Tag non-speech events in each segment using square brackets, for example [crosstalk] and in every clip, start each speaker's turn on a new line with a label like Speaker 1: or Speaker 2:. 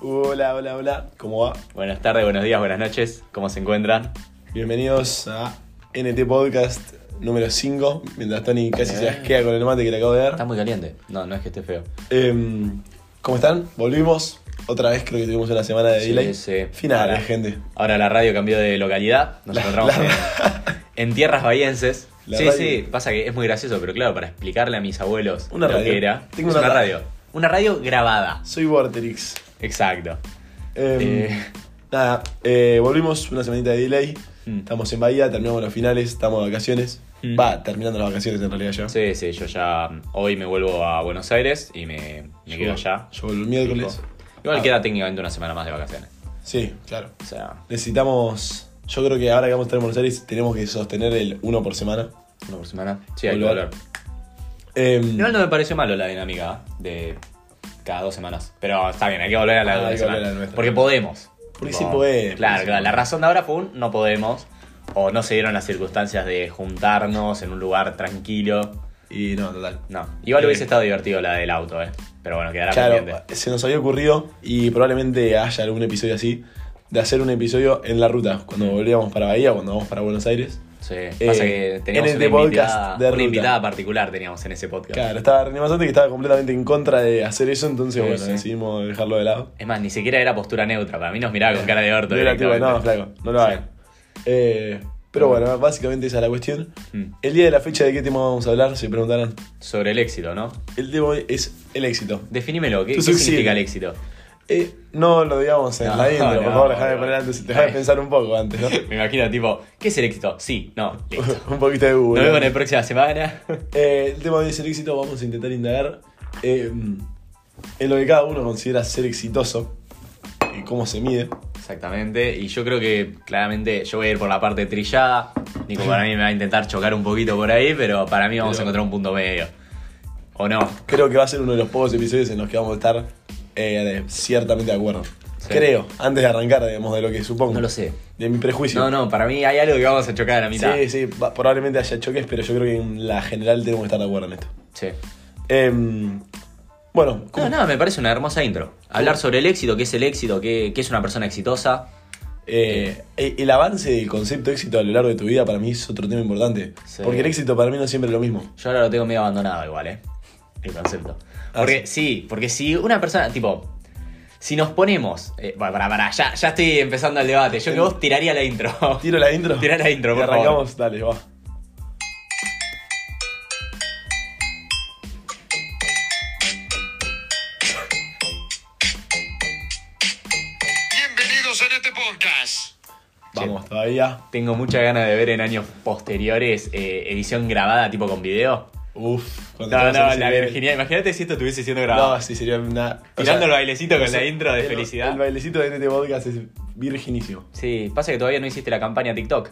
Speaker 1: Hola, hola, hola. ¿Cómo va?
Speaker 2: Buenas tardes, buenos días, buenas noches. ¿Cómo se encuentran?
Speaker 1: Bienvenidos a NT Podcast número 5. Mientras Tony casi se asquea con el mate que le acabo de
Speaker 2: Está
Speaker 1: dar.
Speaker 2: muy caliente. No, no es que esté feo.
Speaker 1: Em, ¿Cómo están? Volvimos. Otra vez creo que tuvimos una semana de
Speaker 2: Sí,
Speaker 1: delay.
Speaker 2: sí.
Speaker 1: Finales,
Speaker 2: Ahora-
Speaker 1: gente.
Speaker 2: Ahora la radio cambió de localidad. Nos
Speaker 1: La-
Speaker 2: encontramos
Speaker 1: la- [laughs]
Speaker 2: en, en tierras bahienses.
Speaker 1: La
Speaker 2: sí,
Speaker 1: radio.
Speaker 2: sí, pasa que es muy gracioso, pero claro, para explicarle a mis abuelos
Speaker 1: Una
Speaker 2: lo
Speaker 1: radio.
Speaker 2: que era.
Speaker 1: Tengo
Speaker 2: es
Speaker 1: una
Speaker 2: una
Speaker 1: ra-
Speaker 2: radio. Una radio grabada.
Speaker 1: Soy Vorterix.
Speaker 2: Exacto.
Speaker 1: Em,
Speaker 2: Eh.
Speaker 1: Nada, eh, volvimos una semanita de delay.
Speaker 2: Mm.
Speaker 1: Estamos en Bahía, terminamos los finales, estamos de vacaciones.
Speaker 2: Mm.
Speaker 1: Va, terminando las vacaciones en realidad ya.
Speaker 2: Sí, sí, yo ya mm, hoy me vuelvo a Buenos Aires y me, me quedo allá.
Speaker 1: Yo el miércoles.
Speaker 2: Igual
Speaker 1: Ah.
Speaker 2: queda técnicamente una semana más de vacaciones.
Speaker 1: Sí, claro.
Speaker 2: O sea,
Speaker 1: Necesitamos. Yo creo que ahora que vamos a estar en Buenos Aires tenemos que sostener el uno por semana.
Speaker 2: una por semana. Sí, hay que
Speaker 1: Volver.
Speaker 2: volver.
Speaker 1: Em,
Speaker 2: No, no me pareció malo la dinámica de cada dos semanas. Pero está bien, hay que volver a la
Speaker 1: Ah,
Speaker 2: de
Speaker 1: hay
Speaker 2: dos
Speaker 1: que
Speaker 2: semanas.
Speaker 1: volver a la nuestra.
Speaker 2: porque podemos.
Speaker 1: Porque
Speaker 2: Tipo,
Speaker 1: sí podemos, porque
Speaker 2: Claro,
Speaker 1: sí
Speaker 2: claro. La
Speaker 1: podemos.
Speaker 2: razón de ahora fue un no podemos. O no se dieron las circunstancias de juntarnos en un lugar tranquilo.
Speaker 1: Y no, total.
Speaker 2: No. Igual
Speaker 1: Eh.
Speaker 2: hubiese estado divertido la del auto, eh. Pero bueno, quedará
Speaker 1: Claro,
Speaker 2: pendiente.
Speaker 1: se nos había ocurrido y probablemente haya algún episodio así de hacer un episodio en la ruta,
Speaker 2: Mm.
Speaker 1: cuando volvíamos para Bahía, cuando vamos para Buenos Aires.
Speaker 2: Sí. Pasa
Speaker 1: Eh,
Speaker 2: que teníamos
Speaker 1: en
Speaker 2: una,
Speaker 1: este podcast
Speaker 2: invitada,
Speaker 1: de
Speaker 2: una
Speaker 1: ruta.
Speaker 2: invitada particular teníamos en ese podcast.
Speaker 1: Claro, estaba René Mazzotti que estaba completamente en contra de hacer eso, entonces
Speaker 2: Sí,
Speaker 1: bueno,
Speaker 2: sí.
Speaker 1: decidimos dejarlo de lado.
Speaker 2: Es más, ni siquiera era postura neutra. Para mí nos miraba con cara de orto.
Speaker 1: No era tipo,
Speaker 2: directamente.
Speaker 1: no, flaco, no lo
Speaker 2: Sí.
Speaker 1: hagan. Eh, pero bueno, básicamente esa es la cuestión.
Speaker 2: Mm.
Speaker 1: El día de la fecha, ¿de qué tema vamos a hablar? Se preguntarán.
Speaker 2: Sobre el éxito, ¿no?
Speaker 1: El tema hoy es el éxito.
Speaker 2: Definímelo, ¿qué,
Speaker 1: Tú
Speaker 2: qué
Speaker 1: succeed.
Speaker 2: significa el éxito?
Speaker 1: Eh, no lo digamos en
Speaker 2: No,
Speaker 1: la intro, por
Speaker 2: no,
Speaker 1: favor, dejá de
Speaker 2: no.
Speaker 1: poner antes, dejá de pensar un poco antes,
Speaker 2: [laughs]
Speaker 1: ¿no?
Speaker 2: Me imagino, tipo, ¿qué es el éxito? Sí, no, [laughs] listo.
Speaker 1: un poquito de
Speaker 2: Nos
Speaker 1: Google.
Speaker 2: vemos en la próxima semana.
Speaker 1: Eh, el tema de ser éxito vamos a intentar indagar eh, en lo que cada uno considera ser exitoso y cómo se mide.
Speaker 2: Exactamente, y yo creo que claramente yo voy a ir por la parte trillada. Nico para mí me va a intentar chocar un poquito por ahí, pero para mí vamos
Speaker 1: Pero-
Speaker 2: a encontrar un punto medio. ¿O no?
Speaker 1: Creo que va a ser uno de los pocos episodios en los que vamos a estar eh, ciertamente de acuerdo.
Speaker 2: Sí.
Speaker 1: Creo, antes de arrancar, digamos, de lo que supongo.
Speaker 2: No lo sé.
Speaker 1: De mi prejuicio.
Speaker 2: No, no, para mí hay algo que vamos a chocar a la mitad.
Speaker 1: Sí, sí, va- probablemente haya choques, pero yo creo que en la general tenemos que estar de acuerdo en esto.
Speaker 2: Sí.
Speaker 1: Em, bueno,
Speaker 2: No,
Speaker 1: ¿cómo-
Speaker 2: no, me parece una hermosa intro. Hablar sobre el éxito, qué es el éxito, qué, qué es una persona exitosa.
Speaker 1: Eh, el, el avance del concepto de éxito a lo largo de tu vida para mí es otro tema importante.
Speaker 2: Sí.
Speaker 1: Porque el éxito para mí no siempre es lo mismo.
Speaker 2: Yo ahora lo tengo medio abandonado igual, ¿eh? El concepto.
Speaker 1: Ah,
Speaker 2: Porque sí, porque si una persona, tipo, si nos ponemos... eh, bueno, pará, pará, ya, ya estoy empezando el debate. Yo que vos tiraría la intro. [laughs]
Speaker 1: ¿Tiro la intro?
Speaker 2: Tirá la intro,
Speaker 1: Y
Speaker 2: por
Speaker 1: arrancamos, dale, va.
Speaker 3: Bienvenidos a este podcast.
Speaker 1: Vamos, todavía.
Speaker 2: Tengo mucha ganas de ver en años posteriores eh, edición grabada, tipo con video.
Speaker 1: Uf. cuando
Speaker 2: No,
Speaker 1: estamos en
Speaker 2: no,
Speaker 1: ese
Speaker 2: la
Speaker 1: nivel.
Speaker 2: virginidad. Imagínate si esto estuviese siendo grabado.
Speaker 1: No, sí, sería una. o sea,
Speaker 2: Tirando el bailecito con
Speaker 1: no
Speaker 2: la
Speaker 1: sé,
Speaker 2: intro de
Speaker 1: el-
Speaker 2: felicidad.
Speaker 1: El bailecito de este podcast es virginísimo.
Speaker 2: Sí, pasa que todavía no hiciste la campaña TikTok.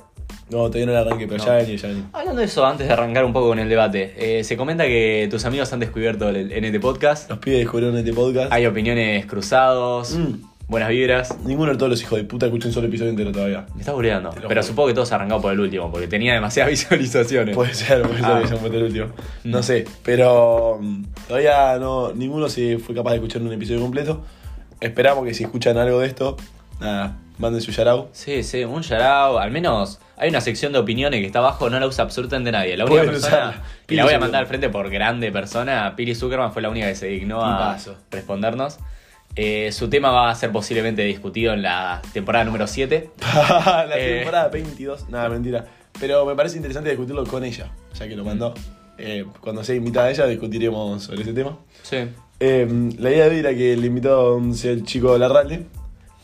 Speaker 1: No, todavía no la arranqué, pero ya venía, ya venía.
Speaker 2: Hablando de eso, antes de arrancar un poco con el debate, eh, se comenta que tus amigos han descubierto el el NT Podcast.
Speaker 1: Los pibes descubrieron este podcast.
Speaker 2: Hay opiniones cruzados,
Speaker 1: Mm.
Speaker 2: buenas vibras.
Speaker 1: Ninguno de todos los hijos de puta escuchó un solo episodio entero todavía.
Speaker 2: Me estás burleando.
Speaker 1: Te lo
Speaker 2: Pero
Speaker 1: juro.
Speaker 2: supongo que todos arrancaron por el último, porque tenía demasiadas [laughs]
Speaker 1: [laughs]
Speaker 2: visualizaciones.
Speaker 1: Puede ser, puede ser
Speaker 2: Ah.
Speaker 1: que sea un botón último. No
Speaker 2: Mm.
Speaker 1: sé, pero mm, todavía no, ninguno se fue capaz de escuchar un episodio completo. Esperamos que si escuchan algo de esto, nada, manden su yarao. [laughs]
Speaker 2: Sí, sí, un yarao. Al menos hay una sección de opiniones que está abajo, no la usa absolutamente nadie. La única
Speaker 1: Pueden usarla.
Speaker 2: persona. Y
Speaker 1: Pili
Speaker 2: la voy a
Speaker 1: Zuckerman.
Speaker 2: mandar al frente por grande persona. Pili Zuckerman fue la única que se dignó a
Speaker 1: Tipazo.
Speaker 2: respondernos. Eh, su tema va a ser posiblemente discutido en la temporada número 7.
Speaker 1: la
Speaker 2: Eh.
Speaker 1: temporada 22, nada, mentira. Pero me parece interesante discutirlo con ella, ya que lo
Speaker 2: Mm.
Speaker 1: mandó. Eh, cuando sea invitada ella, discutiremos sobre ese tema.
Speaker 2: Sí.
Speaker 1: Eh, la idea de hoy era que el invitado sea el chico Larralde,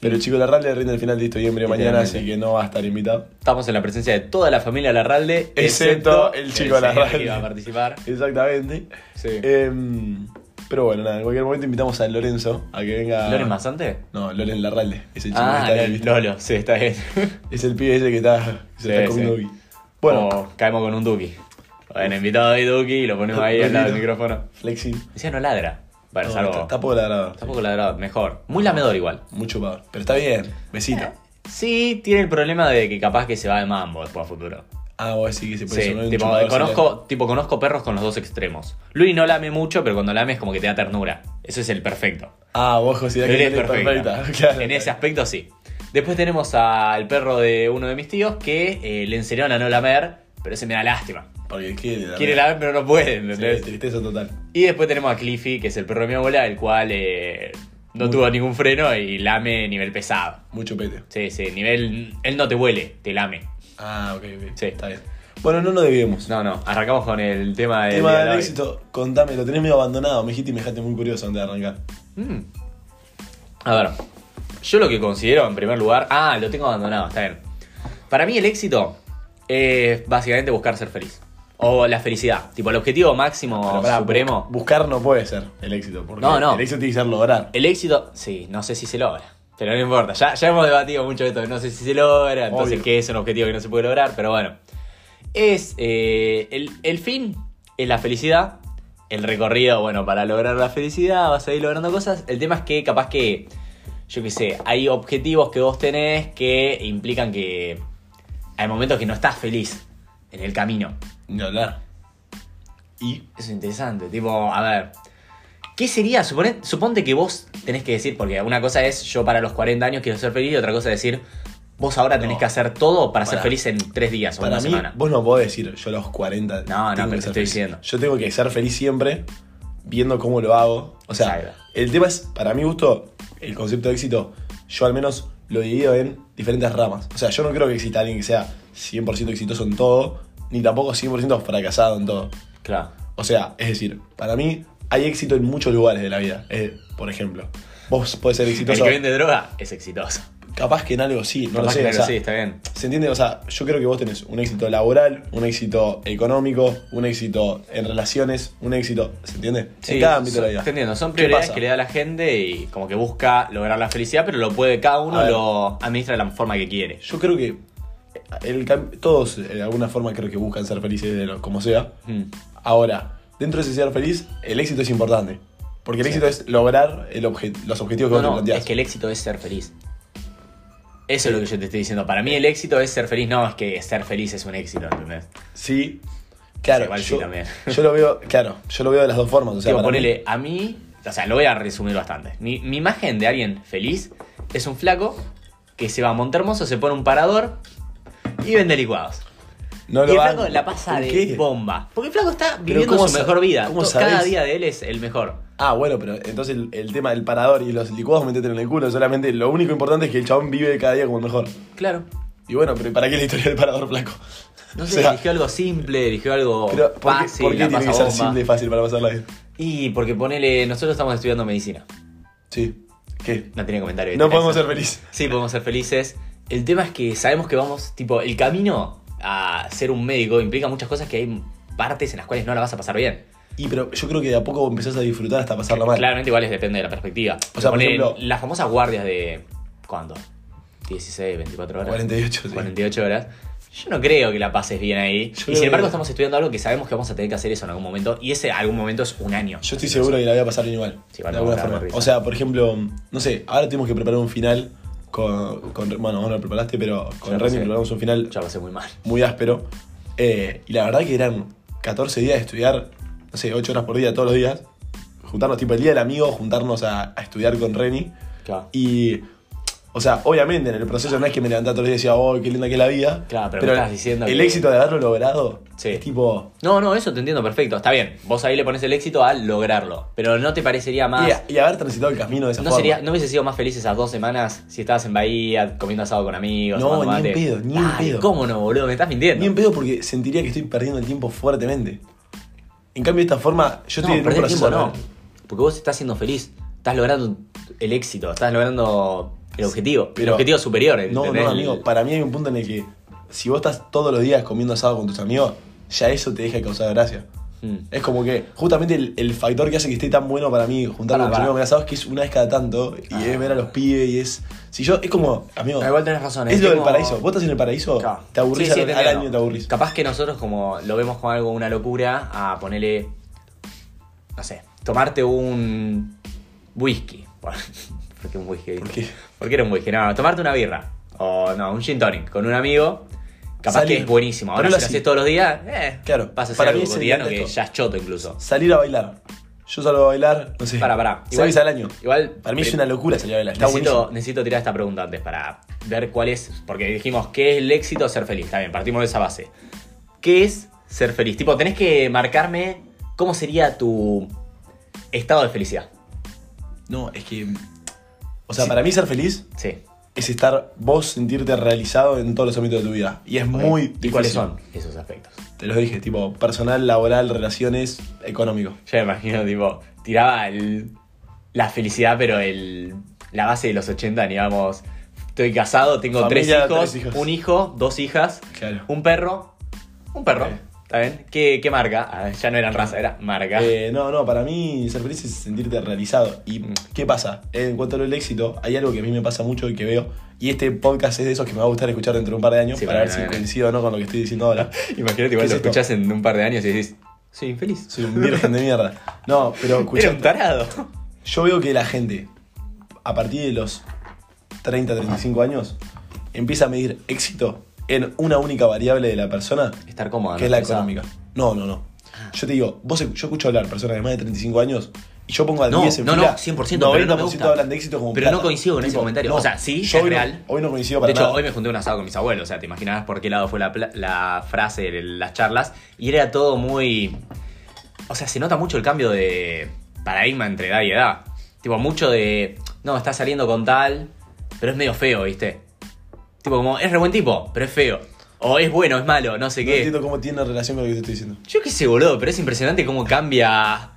Speaker 1: pero el chico Larralde rinde el final de diciembre mañana,
Speaker 2: Mm. Literalmente.
Speaker 1: así que no va a estar invitado.
Speaker 2: Estamos en la presencia de toda la familia Larralde,
Speaker 1: Excepto el chico
Speaker 2: señor
Speaker 1: Larralde.
Speaker 2: que iba a participar. Eh,
Speaker 1: Exactamente.
Speaker 2: Sí.
Speaker 1: Em, pero bueno, nada, en cualquier momento invitamos a Lorenzo a que venga.
Speaker 2: ¿Loren Mazante?
Speaker 1: No, Loren Larralde. Es el chico
Speaker 2: Ah,
Speaker 1: que está ahí,
Speaker 2: Lol-
Speaker 1: ¿viste?
Speaker 2: Lolo, sí, está bien.
Speaker 1: Es el pibe ese que está, que se
Speaker 2: Sí, Oh.
Speaker 1: está comiendo
Speaker 2: sí.
Speaker 1: ubi. Bueno,
Speaker 2: O caemos con un Duki. Bueno, invitado de Duki y lo ponemos ahí al lado del
Speaker 1: Duquito.
Speaker 2: micrófono.
Speaker 1: flexing.
Speaker 2: Decía no ladra. Bueno,
Speaker 1: No,
Speaker 2: salvo.
Speaker 1: está, está poco ladrado.
Speaker 2: Tampoco ladrado, mejor. Muy lamedor igual.
Speaker 1: Mucho power. Pero está bien, besito.
Speaker 2: Sí, tiene el problema de que capaz que se va de mambo después a futuro.
Speaker 1: Ah, vos sí que se puede
Speaker 2: Sí,
Speaker 1: sumar un
Speaker 2: tipo,
Speaker 1: chupador
Speaker 2: conozco, tipo, conozco perros con los dos extremos. Luis no lame mucho, pero cuando lame es como que te da ternura. Ese es el perfecto.
Speaker 1: serial. Ah, vos considerás
Speaker 2: Luli
Speaker 1: que
Speaker 2: es perfecta.
Speaker 1: [laughs] claro.
Speaker 2: En ese aspecto sí. Después tenemos al perro de uno de mis tíos que eh, le enseñaron a no lamer, pero ese me da lástima.
Speaker 1: Porque quiere la
Speaker 2: Quiere lamer, pero no puede, ¿entendés?
Speaker 1: Sí, Tristeza total.
Speaker 2: Y después tenemos a Cliffy, que es el perro de mi abuela, el cual eh, no tuvo ningún freno y lame nivel pesado.
Speaker 1: Mucho pete.
Speaker 2: Sí, sí, nivel. Él no te huele, te lame.
Speaker 1: Ah, ok, ok.
Speaker 2: Sí.
Speaker 1: Está bien. Bueno, no nos debíamos.
Speaker 2: No, no, arrancamos con el tema del.
Speaker 1: Tema
Speaker 2: día de
Speaker 1: del
Speaker 2: hoy.
Speaker 1: éxito, contame, lo tenés medio abandonado, me dijiste y me dejaste muy curioso antes de arrancar.
Speaker 2: Mm. A ver, yo lo que considero en primer lugar. Ah, lo tengo abandonado, está bien. Para mí el éxito es básicamente buscar ser feliz. O la felicidad. Tipo, el objetivo máximo
Speaker 1: Pero pará,
Speaker 2: supremo.
Speaker 1: bu- Buscar no puede ser el éxito. Porque
Speaker 2: No, no.
Speaker 1: El éxito tiene que ser lograr.
Speaker 2: El éxito, sí, no sé si se logra. Pero no importa, ya, ya hemos debatido mucho esto, de no sé si se logra, entonces
Speaker 1: Obvio.
Speaker 2: qué es un objetivo que no se puede lograr, pero bueno. Es eh, el, el fin, es la felicidad. El recorrido, bueno, para lograr la felicidad vas a ir logrando cosas. El tema es que capaz que, yo qué sé, hay objetivos que vos tenés que implican que hay momentos que no estás feliz en el camino.
Speaker 1: Ni hablar. Y
Speaker 2: Eso es interesante. Tipo, a ver. ¿Qué sería? Supone, suponte que vos tenés que decir, porque una cosa es yo para los 40 años quiero ser feliz y otra cosa es decir, vos ahora tenés
Speaker 1: No.
Speaker 2: que hacer todo para, ser
Speaker 1: Para-
Speaker 2: feliz en tres días o
Speaker 1: para
Speaker 2: una
Speaker 1: mí,
Speaker 2: semana.
Speaker 1: vos no podés decir yo a los 40.
Speaker 2: No, no,
Speaker 1: tengo que
Speaker 2: pero te
Speaker 1: ser
Speaker 2: estoy
Speaker 1: feliz.
Speaker 2: diciendo.
Speaker 1: Yo tengo que ser feliz siempre viendo cómo lo hago. O sea,
Speaker 2: Exacto.
Speaker 1: el tema es, para mi gusto, el concepto de éxito, yo al menos lo divido en diferentes ramas. O sea, yo no creo que exista alguien que sea 100% exitoso en todo, ni tampoco 100% fracasado en todo.
Speaker 2: Claro.
Speaker 1: O sea, es decir, para mí hay éxito en muchos lugares de la vida. Eh, por ejemplo, vos podés ser
Speaker 2: El
Speaker 1: exitoso.
Speaker 2: que vende droga es exitoso.
Speaker 1: Capaz que en algo sí, no lo
Speaker 2: Capaz
Speaker 1: sé.
Speaker 2: que
Speaker 1: o sea,
Speaker 2: sí, está bien.
Speaker 1: ¿Se entiende? O sea, yo creo que vos tenés un éxito laboral, un éxito económico, un éxito en relaciones, un éxito. ¿Se entiende?
Speaker 2: Sí,
Speaker 1: en cada ámbito de la
Speaker 2: son-
Speaker 1: vida.
Speaker 2: te entiendo, son
Speaker 1: ¿Qué
Speaker 2: prioridades
Speaker 1: pasa?
Speaker 2: que le da la gente y como que busca lograr la felicidad, pero lo puede, cada uno
Speaker 1: A ver.
Speaker 2: lo administra de la forma que quiere.
Speaker 1: Yo creo que el cam- todos, eh, de alguna forma, creo que buscan ser felices, de lo- como sea.
Speaker 2: Mm.
Speaker 1: Ahora, dentro de ese ser feliz, el éxito es importante. Porque el
Speaker 2: Sí.
Speaker 1: éxito es lograr el obje- los objetivos que
Speaker 2: No,
Speaker 1: vos te
Speaker 2: no,
Speaker 1: planteás.
Speaker 2: es que el éxito es ser feliz. Eso es lo que yo te estoy diciendo. Para mí el éxito es ser feliz, no es que ser feliz es un éxito, ¿entendés?
Speaker 1: Sí. Claro,
Speaker 2: Igual sí
Speaker 1: yo,
Speaker 2: también.
Speaker 1: yo lo veo, claro, yo lo veo de las dos formas. O sea,
Speaker 2: Tipo,
Speaker 1: para mí-
Speaker 2: ponele, a mí, o sea, lo voy a resumir bastante. Mi, mi imagen de alguien feliz es un flaco que se va a Montermoso, se pone un parador y vende licuados.
Speaker 1: no
Speaker 2: y el
Speaker 1: lo
Speaker 2: flaco
Speaker 1: banco.
Speaker 2: la pasa
Speaker 1: ¿Por
Speaker 2: de
Speaker 1: qué?
Speaker 2: bomba. Porque el flaco está viviendo
Speaker 1: ¿cómo
Speaker 2: su
Speaker 1: sa-
Speaker 2: mejor vida.
Speaker 1: cómo
Speaker 2: To-
Speaker 1: sabés?
Speaker 2: Cada día de él es el mejor.
Speaker 1: Ah, bueno, pero entonces el, el tema del parador y los licuados metete en el culo. Solamente lo único importante es que el chabón vive cada día como el mejor.
Speaker 2: Claro.
Speaker 1: Y bueno, pero ¿para qué la historia del parador flaco? [laughs]
Speaker 2: No
Speaker 1: O
Speaker 2: sé,
Speaker 1: sea,
Speaker 2: eligió algo simple, eligió algo
Speaker 1: pero ¿por qué,
Speaker 2: fácil,
Speaker 1: por qué
Speaker 2: la
Speaker 1: tiene que
Speaker 2: pasa
Speaker 1: ser
Speaker 2: bomba.
Speaker 1: simple y fácil para pasar la vida?
Speaker 2: Y porque ponele, nosotros estamos estudiando medicina.
Speaker 1: Sí. ¿Qué?
Speaker 2: No tiene comentario.
Speaker 1: No
Speaker 2: ¿viste?
Speaker 1: podemos
Speaker 2: Eso.
Speaker 1: ser felices.
Speaker 2: Sí, podemos ser felices. El tema es que sabemos que vamos, tipo, el camino a ser un médico implica muchas cosas que hay partes en las cuales no la vas a pasar bien.
Speaker 1: Y pero yo creo que de a poco empezás a disfrutar hasta pasarla mal.
Speaker 2: Claramente igual es depende de la perspectiva.
Speaker 1: O sea, por
Speaker 2: Ponen
Speaker 1: ejemplo-
Speaker 2: las famosas guardias de ¿cuándo? 16, 24 horas.
Speaker 1: 48, sí.
Speaker 2: 48 horas. Yo no creo que la pases bien
Speaker 1: Yo
Speaker 2: ahí. y
Speaker 1: creo
Speaker 2: sin embargo
Speaker 1: que-
Speaker 2: estamos estudiando algo que sabemos que vamos a tener que hacer eso en algún momento. Y ese algún momento es un año.
Speaker 1: Yo estoy seguro que la voy a pasar bien igual.
Speaker 2: Sí, igual
Speaker 1: de
Speaker 2: no
Speaker 1: alguna
Speaker 2: vamos a dar
Speaker 1: forma.
Speaker 2: risa.
Speaker 1: O sea, por ejemplo, no sé, ahora tuvimos que preparar un final con. con- bueno, vos no lo preparaste, pero
Speaker 2: Yo
Speaker 1: con
Speaker 2: lo
Speaker 1: Renny
Speaker 2: sé.
Speaker 1: preparamos un final
Speaker 2: Ya pasé muy mal.
Speaker 1: muy áspero. Eh, y la verdad que eran 14 días de estudiar, no sé, 8 horas por día todos los días. Juntarnos tipo el día del amigo, juntarnos a, a estudiar con Reni.
Speaker 2: Claro.
Speaker 1: Y, o sea, obviamente en el proceso no es que me levantaba todos los días y decía, oh, qué linda que es la vida.
Speaker 2: Claro, pero me estás diciendo
Speaker 1: el
Speaker 2: que-
Speaker 1: éxito de haberlo logrado
Speaker 2: Sí.
Speaker 1: es tipo...
Speaker 2: No, no, eso te entiendo perfecto, está bien. Vos ahí le pones el éxito al lograrlo. Pero no te parecería más.
Speaker 1: Y, y haber transitado el camino de esa
Speaker 2: no,
Speaker 1: forma.
Speaker 2: sería, no hubiese sido más feliz esas dos semanas si estabas en Bahía comiendo asado con amigos.
Speaker 1: No,
Speaker 2: tomando
Speaker 1: ni en
Speaker 2: mate?
Speaker 1: pedo, ni en
Speaker 2: Ay,
Speaker 1: pedo.
Speaker 2: ¿Cómo no, boludo? Me estás mintiendo.
Speaker 1: Ni en pedo porque sentiría que estoy perdiendo el tiempo fuertemente. En cambio, de esta forma, yo
Speaker 2: no,
Speaker 1: estoy en un
Speaker 2: perder
Speaker 1: proceso
Speaker 2: tiempo no.
Speaker 1: laboral.
Speaker 2: Porque vos estás siendo feliz. Estás logrando el éxito, estás logrando el objetivo. el
Speaker 1: pero-
Speaker 2: objetivo superior,
Speaker 1: No,
Speaker 2: ¿entendés?
Speaker 1: no, amigo, para mí hay un punto en el que si vos estás todos los días comiendo asado con tus amigos, ya eso te deja causar gracia.
Speaker 2: Mm.
Speaker 1: Es como que justamente el, el factor que hace que esté tan bueno para mí juntarme
Speaker 2: Pará,
Speaker 1: con mis
Speaker 2: pará.
Speaker 1: amigos a comer asado es que es una vez cada tanto y es ver a los pibes y es. Si yo, es como, amigo.
Speaker 2: Ah, igual tenés razón,
Speaker 1: Es
Speaker 2: es
Speaker 1: lo del
Speaker 2: como-
Speaker 1: paraíso. Vos estás en el paraíso,
Speaker 2: Claro.
Speaker 1: te aburrís
Speaker 2: Sí, sí,
Speaker 1: al,
Speaker 2: te
Speaker 1: al
Speaker 2: entiendo.
Speaker 1: año, te aburrís.
Speaker 2: Capaz que nosotros como lo vemos como algo, una locura, a ponerle, no sé, tomarte un whisky. [laughs] ¿Por qué un whisky?
Speaker 1: ¿Por qué?
Speaker 2: ¿Por qué era un whisky? No, tomarte una birra. O no, un gin tonic con un amigo. Capaz
Speaker 1: Salir.
Speaker 2: que es buenísimo. Ahora
Speaker 1: Ponelo
Speaker 2: si lo
Speaker 1: así.
Speaker 2: haces todos los días, eh,
Speaker 1: Claro.
Speaker 2: pasa a ser
Speaker 1: Para mí
Speaker 2: algo
Speaker 1: es
Speaker 2: cotidiano
Speaker 1: evidente
Speaker 2: que
Speaker 1: esto.
Speaker 2: ya es choto incluso.
Speaker 1: Salir a bailar. Yo salgo a bailar, no sé.
Speaker 2: Para, para.
Speaker 1: Seis veces al año.
Speaker 2: Igual.
Speaker 1: Para mí es
Speaker 2: prim-
Speaker 1: una locura salir a bailar. Está
Speaker 2: necesito,
Speaker 1: buenísimo.
Speaker 2: necesito tirar esta pregunta antes para ver cuál es. Porque dijimos, ¿qué es el éxito? Ser feliz. Está bien, partimos de esa base. ¿Qué es ser feliz? Tipo, tenés que marcarme cómo sería tu estado de felicidad.
Speaker 1: No, es que. O sea,
Speaker 2: Sí.
Speaker 1: para mí ser feliz
Speaker 2: Sí.
Speaker 1: es estar vos, sentirte realizado en todos los ámbitos de tu vida. Y es muy
Speaker 2: ¿Y
Speaker 1: difícil.
Speaker 2: cuáles son esos aspectos?
Speaker 1: Te los dije, tipo, personal, laboral, relaciones, económico.
Speaker 2: Yo me imagino, tipo, tiraba el- la felicidad, pero el, la base de los 80, digamos. Estoy casado, tengo
Speaker 1: Familia,
Speaker 2: tres, hijos,
Speaker 1: tres hijos.
Speaker 2: un hijo, dos hijas,
Speaker 1: Claro.
Speaker 2: un perro, un perro.
Speaker 1: Sí.
Speaker 2: ¿Está bien? ¿Qué, qué marca? Ah, ya no eran raza, era marca.
Speaker 1: Eh, no, no, para mí ser feliz es sentirte realizado. ¿Y
Speaker 2: Mm.
Speaker 1: qué pasa? En cuanto al éxito, hay algo que a mí me pasa mucho y que veo. Y este podcast es de esos que me va a gustar escuchar dentro de un par de años
Speaker 2: Sí,
Speaker 1: para ver
Speaker 2: bueno,
Speaker 1: si
Speaker 2: bueno.
Speaker 1: coincido o no con lo que estoy diciendo ahora. [laughs]
Speaker 2: Imagínate, igual
Speaker 1: ¿Qué
Speaker 2: lo
Speaker 1: es esto?
Speaker 2: escuchás en un par de años y decís, soy infeliz.
Speaker 1: Soy un virgen
Speaker 2: [laughs]
Speaker 1: de mierda. No, pero
Speaker 2: Era
Speaker 1: escucha.
Speaker 2: un tarado.
Speaker 1: Yo veo que la gente, a partir de los 30, 35 años, empieza a medir éxito en una única variable de la persona,
Speaker 2: Estar cómoda.
Speaker 1: que es la económica. No, no, no. Yo te digo, vos, escu- yo escucho hablar a personas de más de 35 años y yo pongo a
Speaker 2: No,
Speaker 1: 10 en
Speaker 2: no,
Speaker 1: fila,
Speaker 2: no, 100%, pero no
Speaker 1: 90%
Speaker 2: me gusta.
Speaker 1: hablan de éxito como
Speaker 2: Pero
Speaker 1: plata.
Speaker 2: no coincido con ese comentario. O sea, sí,
Speaker 1: yo
Speaker 2: es
Speaker 1: hoy no-
Speaker 2: real.
Speaker 1: hoy no coincido para
Speaker 2: de hecho,
Speaker 1: nada.
Speaker 2: hoy me junté a un asado con mis abuelos, o sea, te imaginabas por qué lado fue la, pla- la frase de las charlas, y era todo muy... O sea, se nota mucho el cambio de paradigma entre edad y edad. Tipo, mucho de, no, está saliendo con tal, pero es medio feo, ¿viste? Tipo, como, es re buen tipo, pero es feo. O es bueno, es malo, no sé
Speaker 1: no
Speaker 2: qué.
Speaker 1: entiendo cómo tiene relación con lo que te estoy diciendo.
Speaker 2: Yo qué sé, boludo, pero es impresionante cómo cambia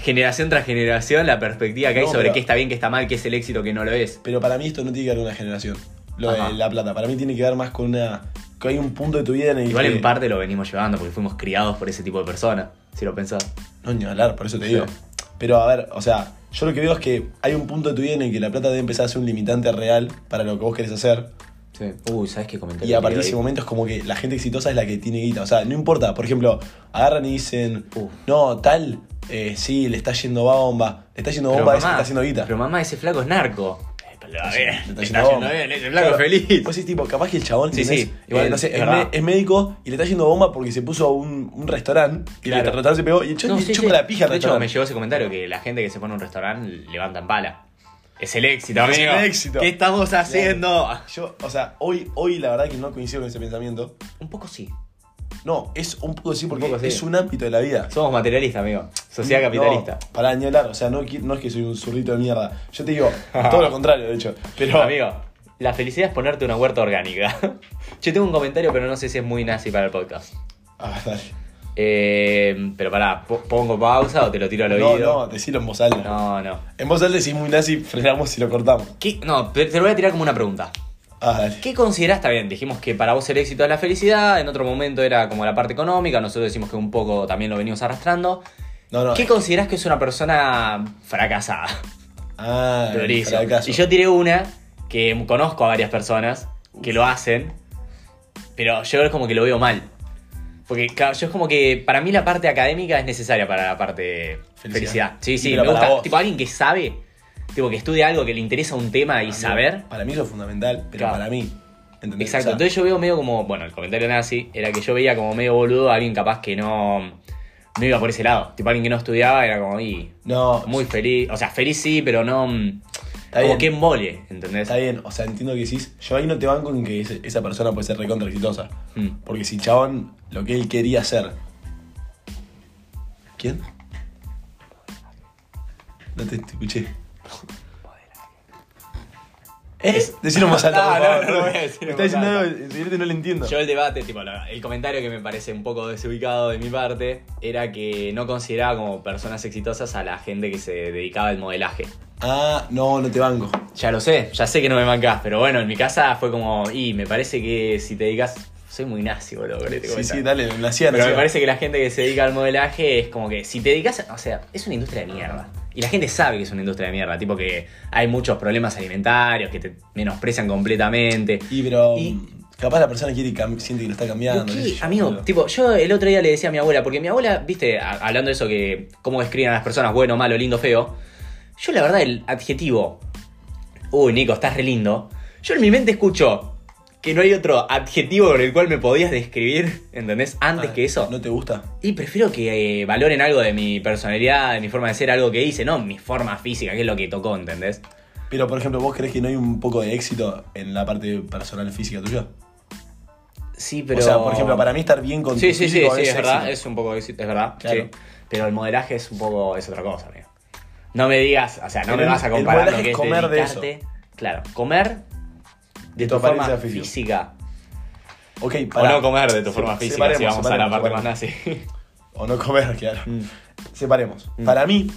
Speaker 2: generación tras generación la perspectiva que hay
Speaker 1: No,
Speaker 2: sobre
Speaker 1: pero-
Speaker 2: qué está bien, qué está mal, qué es el éxito, qué no lo es.
Speaker 1: Pero para mí esto no tiene que ver con una generación, lo
Speaker 2: Ajá.
Speaker 1: de la plata. Para mí tiene que ver más con una... Que hay un punto de tu vida en el
Speaker 2: Igual
Speaker 1: que...
Speaker 2: en parte lo venimos llevando porque fuimos criados por ese tipo de personas, si lo pensás.
Speaker 1: No, ni hablar, por eso te
Speaker 2: Sí.
Speaker 1: digo. Pero a ver, o sea, yo lo que veo es que hay un punto de tu vida en el que la plata debe empezar a ser un limitante real para lo que vos querés hacer.
Speaker 2: Sí. Uy, ¿sabes qué comentario?
Speaker 1: Y a
Speaker 2: que
Speaker 1: partir de
Speaker 2: leí?
Speaker 1: ese momento es como que la gente exitosa es la que tiene guita. O sea, no importa. Por ejemplo, agarran y dicen,
Speaker 2: Uf.
Speaker 1: no, tal, eh, sí, le está yendo bomba. Le está yendo
Speaker 2: Pero
Speaker 1: bomba a ese que
Speaker 2: mamá,
Speaker 1: está haciendo guita.
Speaker 2: Pero mamá, ese flaco es narco. Eh, pero a ver,
Speaker 1: Le
Speaker 2: está yendo
Speaker 1: bomba.
Speaker 2: bien, ese flaco
Speaker 1: Claro, Pues,
Speaker 2: feliz.
Speaker 1: Vos decís, tipo, capaz que el chabón
Speaker 2: Sí,
Speaker 1: ¿entendés?
Speaker 2: sí,
Speaker 1: Eh, no
Speaker 2: igual,
Speaker 1: sé,
Speaker 2: es
Speaker 1: es,
Speaker 2: verdad.
Speaker 1: me- es médico y le está yendo bomba porque se puso a un, un restaurante y
Speaker 2: Claro.
Speaker 1: el restaurante se pegó y el chabón
Speaker 2: No,
Speaker 1: le
Speaker 2: sí,
Speaker 1: chupa
Speaker 2: sí.
Speaker 1: la pija al
Speaker 2: De hecho,
Speaker 1: restaurante.
Speaker 2: me llegó ese comentario que la gente que se pone a un restaurante levanta en pala. Es el éxito,
Speaker 1: Es
Speaker 2: amigo.
Speaker 1: el éxito.
Speaker 2: ¿Qué estamos haciendo?
Speaker 1: Yo, o sea, hoy, hoy la verdad que no coincido con ese pensamiento.
Speaker 2: Un poco sí.
Speaker 1: No, es un poco así porque
Speaker 2: poco sí.
Speaker 1: es un ámbito de la vida.
Speaker 2: Somos materialistas, amigo. Sociedad capitalista.
Speaker 1: No, para ni hablar, o sea, no, qui- no es que soy un zurrito de mierda. Yo te digo, todo lo contrario, de hecho. Pero,
Speaker 2: Amigo, la felicidad es ponerte una huerta orgánica. [laughs] Yo tengo un comentario, pero no sé si es muy nazi para el podcast.
Speaker 1: Ah, dale.
Speaker 2: Eh, pero pará, po- ¿pongo pausa o te lo tiro al
Speaker 1: No,
Speaker 2: oído?
Speaker 1: no, decilo en voz alta.
Speaker 2: no. no.
Speaker 1: En voz alta decís muy nazi, frenamos y lo cortamos.
Speaker 2: ¿Qué- no, te te lo voy a tirar como una pregunta.
Speaker 1: Ah, dale.
Speaker 2: ¿Qué considerás? Está bien, dijimos que para vos el éxito es la felicidad, en otro momento era como la parte económica, nosotros decimos que un poco también lo venimos arrastrando.
Speaker 1: No, no.
Speaker 2: ¿Qué considerás que es una persona fracasada?
Speaker 1: Ah, el
Speaker 2: Priorizo.
Speaker 1: fracaso.
Speaker 2: Y yo tiré una que conozco a varias personas que lo hacen, pero yo es como que lo veo mal. Porque claro, yo es como que para mí la parte académica es necesaria para la parte felicidad.
Speaker 1: Felicidad.
Speaker 2: Sí,
Speaker 1: Y
Speaker 2: sí,
Speaker 1: pero
Speaker 2: me
Speaker 1: para
Speaker 2: gusta.
Speaker 1: vos.
Speaker 2: Tipo alguien que sabe, tipo que estudia algo que le interesa un tema y
Speaker 1: Amigo,
Speaker 2: saber.
Speaker 1: Para mí eso es fundamental, pero
Speaker 2: Claro.
Speaker 1: para mí. ¿entendés? O
Speaker 2: Exacto,
Speaker 1: sea,
Speaker 2: entonces yo veo medio como, bueno, el comentario nazi era que yo veía como medio boludo a alguien capaz que no, no iba por ese lado. Tipo alguien que no estudiaba era como, y
Speaker 1: no,
Speaker 2: muy feliz, o sea, feliz sí, pero no... mm,
Speaker 1: Está
Speaker 2: como
Speaker 1: bien.
Speaker 2: que embole, ¿entendés?
Speaker 1: Está bien, o sea, entiendo que decís, yo ahí no te banco en que ese- esa persona puede ser recontra exitosa.
Speaker 2: Mm.
Speaker 1: Porque si chabón, lo que él quería hacer. ¿Quién? No te, te escuché. ¿Eh? Decilo más alto,
Speaker 2: [laughs] No,
Speaker 1: por
Speaker 2: no,
Speaker 1: favor.
Speaker 2: no lo voy a decir
Speaker 1: Me
Speaker 2: en
Speaker 1: está
Speaker 2: voz
Speaker 1: diciendo
Speaker 2: alta.
Speaker 1: algo, evidentemente no lo entiendo.
Speaker 2: Yo el debate, tipo, la- el comentario que me parece un poco desubicado de mi parte era que no consideraba como personas exitosas a la gente que se dedicaba al modelaje.
Speaker 1: Ah, no, no te banco.
Speaker 2: Ya lo sé, ya sé que no me mancás, pero bueno, en mi casa fue como, y me parece que si te dedicas, soy muy nazi, boludo, con este
Speaker 1: Sí, sí,
Speaker 2: comentario.
Speaker 1: dale, nacía,
Speaker 2: Pero me parece que la gente que se dedica al modelaje es como que si te dedicas, o sea, es una industria de mierda. Y la gente sabe que es una industria de mierda, tipo que hay muchos problemas alimentarios, que te menosprecian completamente.
Speaker 1: Y pero.
Speaker 2: Y-
Speaker 1: Capaz la persona quiere y cam- siente que lo está cambiando.
Speaker 2: Pero qué,
Speaker 1: qué sé yo,
Speaker 2: amigo,
Speaker 1: boludo.
Speaker 2: tipo, yo el otro día le decía a mi abuela, porque mi abuela, viste, a- hablando de eso que cómo describen a las personas, bueno, malo, lindo, feo. Yo la verdad, el adjetivo, uy, Nico, estás re lindo. Yo en mi mente escucho, que no hay otro adjetivo con el cual me podías describir, ¿entendés? Antes que eso.
Speaker 1: Ah, ¿No te gusta?
Speaker 2: Y prefiero que eh, valoren algo de mi personalidad, de mi forma de ser, algo que hice, no mi forma física, que es lo que tocó, ¿entendés?
Speaker 1: Pero, por ejemplo, ¿vos crees que no hay un poco de éxito en la parte personal física tuya?
Speaker 2: Sí, pero.
Speaker 1: O sea, por ejemplo, para mí estar bien con
Speaker 2: Sí,
Speaker 1: tu
Speaker 2: sí, sí,
Speaker 1: físico
Speaker 2: sí,
Speaker 1: es
Speaker 2: es verdad,
Speaker 1: éxito.
Speaker 2: es un poco, es es verdad.
Speaker 1: Claro.
Speaker 2: sí. Pero el modelaje es un poco, es otra cosa, amigo. No me digas, o sea, no
Speaker 1: El-
Speaker 2: me vas a
Speaker 1: el
Speaker 2: comparar lo
Speaker 1: modelaje
Speaker 2: que es
Speaker 1: es comer de
Speaker 2: dedicarte- Claro, comer de
Speaker 1: Tu
Speaker 2: tu, forma
Speaker 1: apariencia física.
Speaker 2: física.
Speaker 1: Ok,
Speaker 2: O
Speaker 1: para.
Speaker 2: no comer de tu
Speaker 1: Se-
Speaker 2: forma física,
Speaker 1: separemos,
Speaker 2: si vamos a la
Speaker 1: separemos,
Speaker 2: parte más
Speaker 1: separemos.
Speaker 2: nazi.
Speaker 1: O no comer, [laughs] claro.
Speaker 2: Mm.
Speaker 1: Separemos.
Speaker 2: Mm.
Speaker 1: Para mí,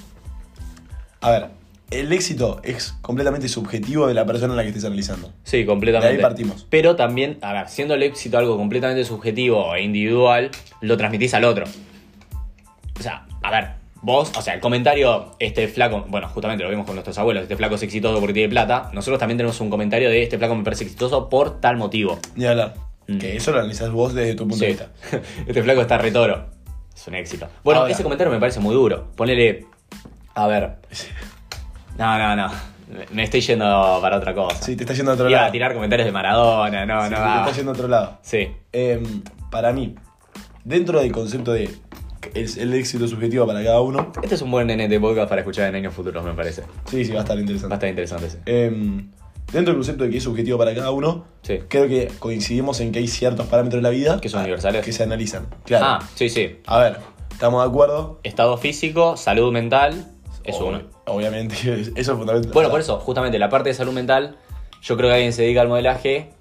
Speaker 1: a ver, el éxito es completamente subjetivo de la persona en la que estés analizando.
Speaker 2: Sí, completamente.
Speaker 1: De ahí partimos.
Speaker 2: Pero también, a ver, siendo el éxito algo completamente subjetivo e individual, lo transmitís al otro. O sea, a ver, vos, o sea, el comentario, este flaco, bueno, justamente lo vimos con nuestros abuelos, este flaco es exitoso porque tiene plata. Nosotros también tenemos un comentario de este flaco me parece exitoso por tal motivo.
Speaker 1: Ni hablar.
Speaker 2: Mm.
Speaker 1: Que eso lo analizás vos desde tu punto de vista.
Speaker 2: [laughs] este flaco está retoro. Es un éxito. Bueno,
Speaker 1: Ahora.
Speaker 2: ese comentario me parece muy duro. Ponele.
Speaker 1: [laughs]
Speaker 2: A ver. No, no, no. Me- Me estoy yendo para otra cosa.
Speaker 1: Sí, te está yendo a otro
Speaker 2: Iba
Speaker 1: lado.
Speaker 2: a tirar comentarios de Maradona, no,
Speaker 1: Sí,
Speaker 2: no.
Speaker 1: te
Speaker 2: va.
Speaker 1: está yendo a otro lado.
Speaker 2: Sí.
Speaker 1: Em, para mí, dentro del concepto de el, el éxito subjetivo para cada uno,
Speaker 2: Este es un buen NT podcast para escuchar en años futuros, me parece.
Speaker 1: sí, sí, va a estar
Speaker 2: Va a
Speaker 1: interesante.
Speaker 2: estar interesante ese.
Speaker 1: Em, dentro del concepto de que es subjetivo para cada uno,
Speaker 2: Sí.
Speaker 1: creo que coincidimos en que hay ciertos parámetros de la vida
Speaker 2: Que son universales.
Speaker 1: Ah, que se analizan. Claro.
Speaker 2: Ah, sí, sí.
Speaker 1: A ver, estamos de acuerdo.
Speaker 2: Estado físico, salud mental, es
Speaker 1: Ob-
Speaker 2: uno.
Speaker 1: Obviamente, [laughs] eso es fundamental.
Speaker 2: Bueno, por eso, justamente la parte de salud mental, yo creo que alguien se dedica al modelaje,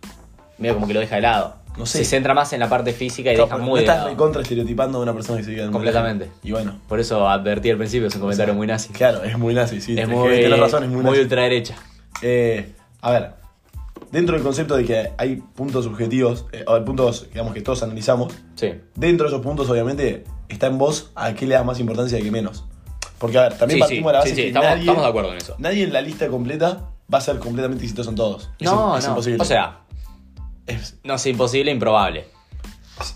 Speaker 2: medio como que lo deja de lado.
Speaker 1: No sé.
Speaker 2: Se centra más en la parte física y
Speaker 1: Claro,
Speaker 2: deja
Speaker 1: porque
Speaker 2: muy
Speaker 1: no
Speaker 2: de
Speaker 1: estás
Speaker 2: lado.
Speaker 1: recontra estereotipando a una persona que se queda
Speaker 2: Completamente.
Speaker 1: Y bueno,
Speaker 2: Por eso advertí al principio, es un comentario muy nazi.
Speaker 1: claro, es muy nazi, sí.
Speaker 2: Es
Speaker 1: tenés
Speaker 2: muy,
Speaker 1: tenés razón, es muy,
Speaker 2: muy
Speaker 1: nazi.
Speaker 2: ultraderecha.
Speaker 1: Eh, a ver, dentro del concepto de que hay puntos subjetivos, eh, o puntos digamos, que todos analizamos,
Speaker 2: Sí.
Speaker 1: dentro de esos puntos obviamente está en vos a qué le das más importancia y a qué menos. Porque, a ver, también
Speaker 2: Sí, sí,
Speaker 1: partimos de la base
Speaker 2: sí, sí,
Speaker 1: que
Speaker 2: estamos-
Speaker 1: nadie,
Speaker 2: estamos de acuerdo en eso.
Speaker 1: Nadie en la lista completa va a ser completamente exitoso en todos. Es
Speaker 2: No,
Speaker 1: im- es
Speaker 2: no.
Speaker 1: imposible.
Speaker 2: O sea,
Speaker 1: Es-
Speaker 2: no es imposible, improbable.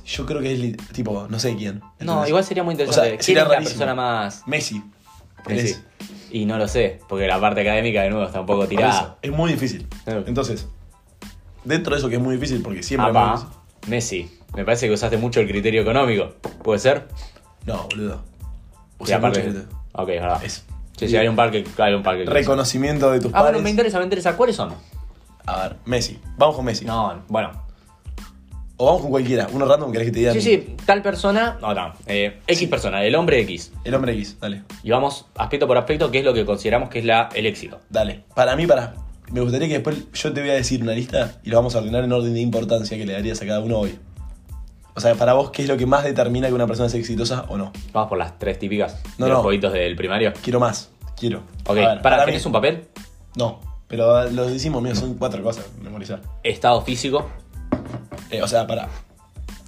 Speaker 1: yo creo que es li- tipo, no sé quién.
Speaker 2: No,
Speaker 1: ¿entendés?
Speaker 2: igual sería muy
Speaker 1: O sea,
Speaker 2: interesante. ¿Quién
Speaker 1: sería
Speaker 2: es la
Speaker 1: rarísimo.
Speaker 2: persona más
Speaker 1: Messi.
Speaker 2: Sí,
Speaker 1: ¿entendés?
Speaker 2: sí. Y no lo sé, porque la parte académica de nuevo está un poco
Speaker 1: Por eso,
Speaker 2: tirada.
Speaker 1: Es muy difícil.
Speaker 2: Claro.
Speaker 1: Entonces, dentro de eso que es muy difícil, porque siempre es muy
Speaker 2: Apa,
Speaker 1: difícil-
Speaker 2: Messi, me parece que usaste mucho el criterio económico. ¿Puede ser?
Speaker 1: No, boludo.
Speaker 2: Y
Speaker 1: Usa
Speaker 2: aparte-
Speaker 1: mucho criterio.
Speaker 2: Ok, es verdad.
Speaker 1: Es-
Speaker 2: Sí, sí, hay un par que. Hay un par que-
Speaker 1: Reconocimiento de tus
Speaker 2: Ah, bueno,
Speaker 1: padres.
Speaker 2: me interesa, me interesa. ¿Cuáles son?
Speaker 1: A ver, Messi. Vamos con Messi.
Speaker 2: No, bueno.
Speaker 1: O vamos con cualquiera. Uno random que querés que te diga.
Speaker 2: Sí, sí, tal persona. No, no. eh, X
Speaker 1: Sí.
Speaker 2: persona, el hombre X.
Speaker 1: El hombre X. Dale.
Speaker 2: Y vamos aspecto por aspecto, que es lo que consideramos que es la, el éxito.
Speaker 1: Dale. Para mí, para. Me gustaría que después yo te voy a decir una lista y lo vamos a ordenar en orden de importancia que le darías a cada uno hoy. O sea, para vos, ¿qué es lo que más determina que una persona es exitosa o no?
Speaker 2: Vamos por las tres típicas
Speaker 1: No,
Speaker 2: de los
Speaker 1: no.
Speaker 2: jueguitos del primario.
Speaker 1: Quiero más. Quiero.
Speaker 2: Ok,
Speaker 1: A ver,
Speaker 2: para,
Speaker 1: mí-
Speaker 2: ¿tenés un papel?
Speaker 1: No, pero lo decimos, mío, son cuatro cosas. Memorizar.
Speaker 2: Estado físico.
Speaker 1: Eh, o sea, para.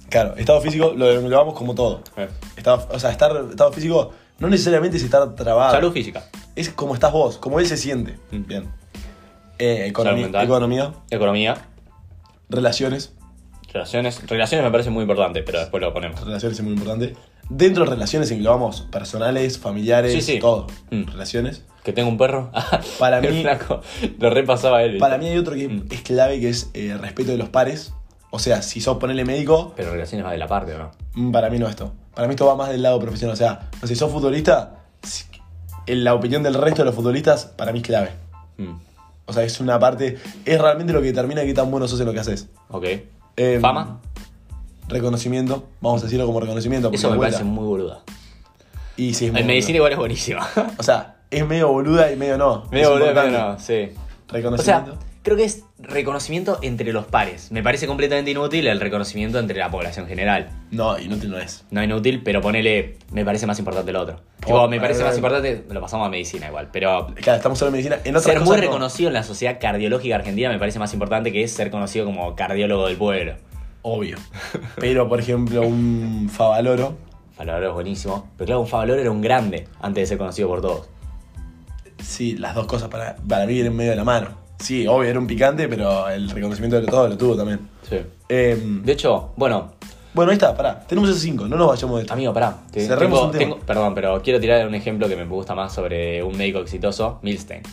Speaker 1: Claro, estado físico lo vamos como todo.
Speaker 2: Eh.
Speaker 1: Estado, o sea, estar, estado físico no necesariamente es estar trabado.
Speaker 2: Salud física.
Speaker 1: Es como estás vos, como él se siente.
Speaker 2: Mm.
Speaker 1: Bien. Eh, economía,
Speaker 2: mental.
Speaker 1: economía,
Speaker 2: Economía.
Speaker 1: relaciones.
Speaker 2: Relaciones, relaciones me parece muy importante, pero después lo ponemos.
Speaker 1: Relaciones es muy importante. Dentro de relaciones englobamos personales, familiares,
Speaker 2: Sí, sí.
Speaker 1: todo.
Speaker 2: Mm.
Speaker 1: Relaciones.
Speaker 2: Que tengo un perro. [laughs]
Speaker 1: Para
Speaker 2: El
Speaker 1: mí-
Speaker 2: flaco. Lo repasaba él. ¿viste?
Speaker 1: Para mí hay otro que
Speaker 2: Mm.
Speaker 1: es clave, que es eh, respeto de los pares. O sea, si sos ponerle médico,
Speaker 2: Pero relaciones va de la parte, ¿o no?
Speaker 1: Mm, Para mí no esto. Para mí esto va más del lado profesional. O sea, no sé, si sos futbolista, si- en la opinión del resto de los futbolistas, para mí es clave. Hmm.
Speaker 2: Mm,
Speaker 1: O sea, es una parte. Es realmente lo que determina qué tan bueno sos en lo que haces.
Speaker 2: Ok.
Speaker 1: Em,
Speaker 2: Fama.
Speaker 1: Reconocimiento. Vamos a decirlo como reconocimiento. porque
Speaker 2: Eso me
Speaker 1: de vuelta-
Speaker 2: parece muy boluda.
Speaker 1: Y sí, es
Speaker 2: En
Speaker 1: medio
Speaker 2: medicina igual es buenísima. [laughs]
Speaker 1: boluda. O sea, es medio boluda y medio no.
Speaker 2: medio
Speaker 1: Es
Speaker 2: boluda, pero
Speaker 1: importante.
Speaker 2: no, sí. O sea,
Speaker 1: Reconocimiento.
Speaker 2: creo que es reconocimiento entre los pares. Me parece completamente inútil el reconocimiento entre la población general.
Speaker 1: no, inútil no es.
Speaker 2: No inútil, pero ponele, me parece más importante el otro.
Speaker 1: Oh,
Speaker 2: Tipo, me parece
Speaker 1: eh.
Speaker 2: más importante, lo pasamos a medicina igual, pero
Speaker 1: Claro, estamos solo en medicina. En otras
Speaker 2: Ser muy
Speaker 1: cosas no.
Speaker 2: reconocido en la sociedad cardiológica argentina me parece más importante que ser conocido como cardiólogo del pueblo.
Speaker 1: Obvio. Pero, por ejemplo, un Favaloro.
Speaker 2: Favaloro es buenísimo. Pero claro, un Favaloro era un grande antes de ser conocido por todos.
Speaker 1: Sí, las dos cosas para, para mí vienen medio de la mano. Sí, obvio, era un picante, pero el reconocimiento de todo lo tuvo también.
Speaker 2: Sí.
Speaker 1: Em,
Speaker 2: De hecho, bueno,
Speaker 1: bueno, ahí está, pará. Tenemos esos cinco, no nos vayamos de esto.
Speaker 2: amigo, pará. Te-
Speaker 1: Cerremos
Speaker 2: tengo-
Speaker 1: un tema.
Speaker 2: tengo- perdón, pero quiero tirar un ejemplo que me gusta más sobre un médico exitoso, Milstein.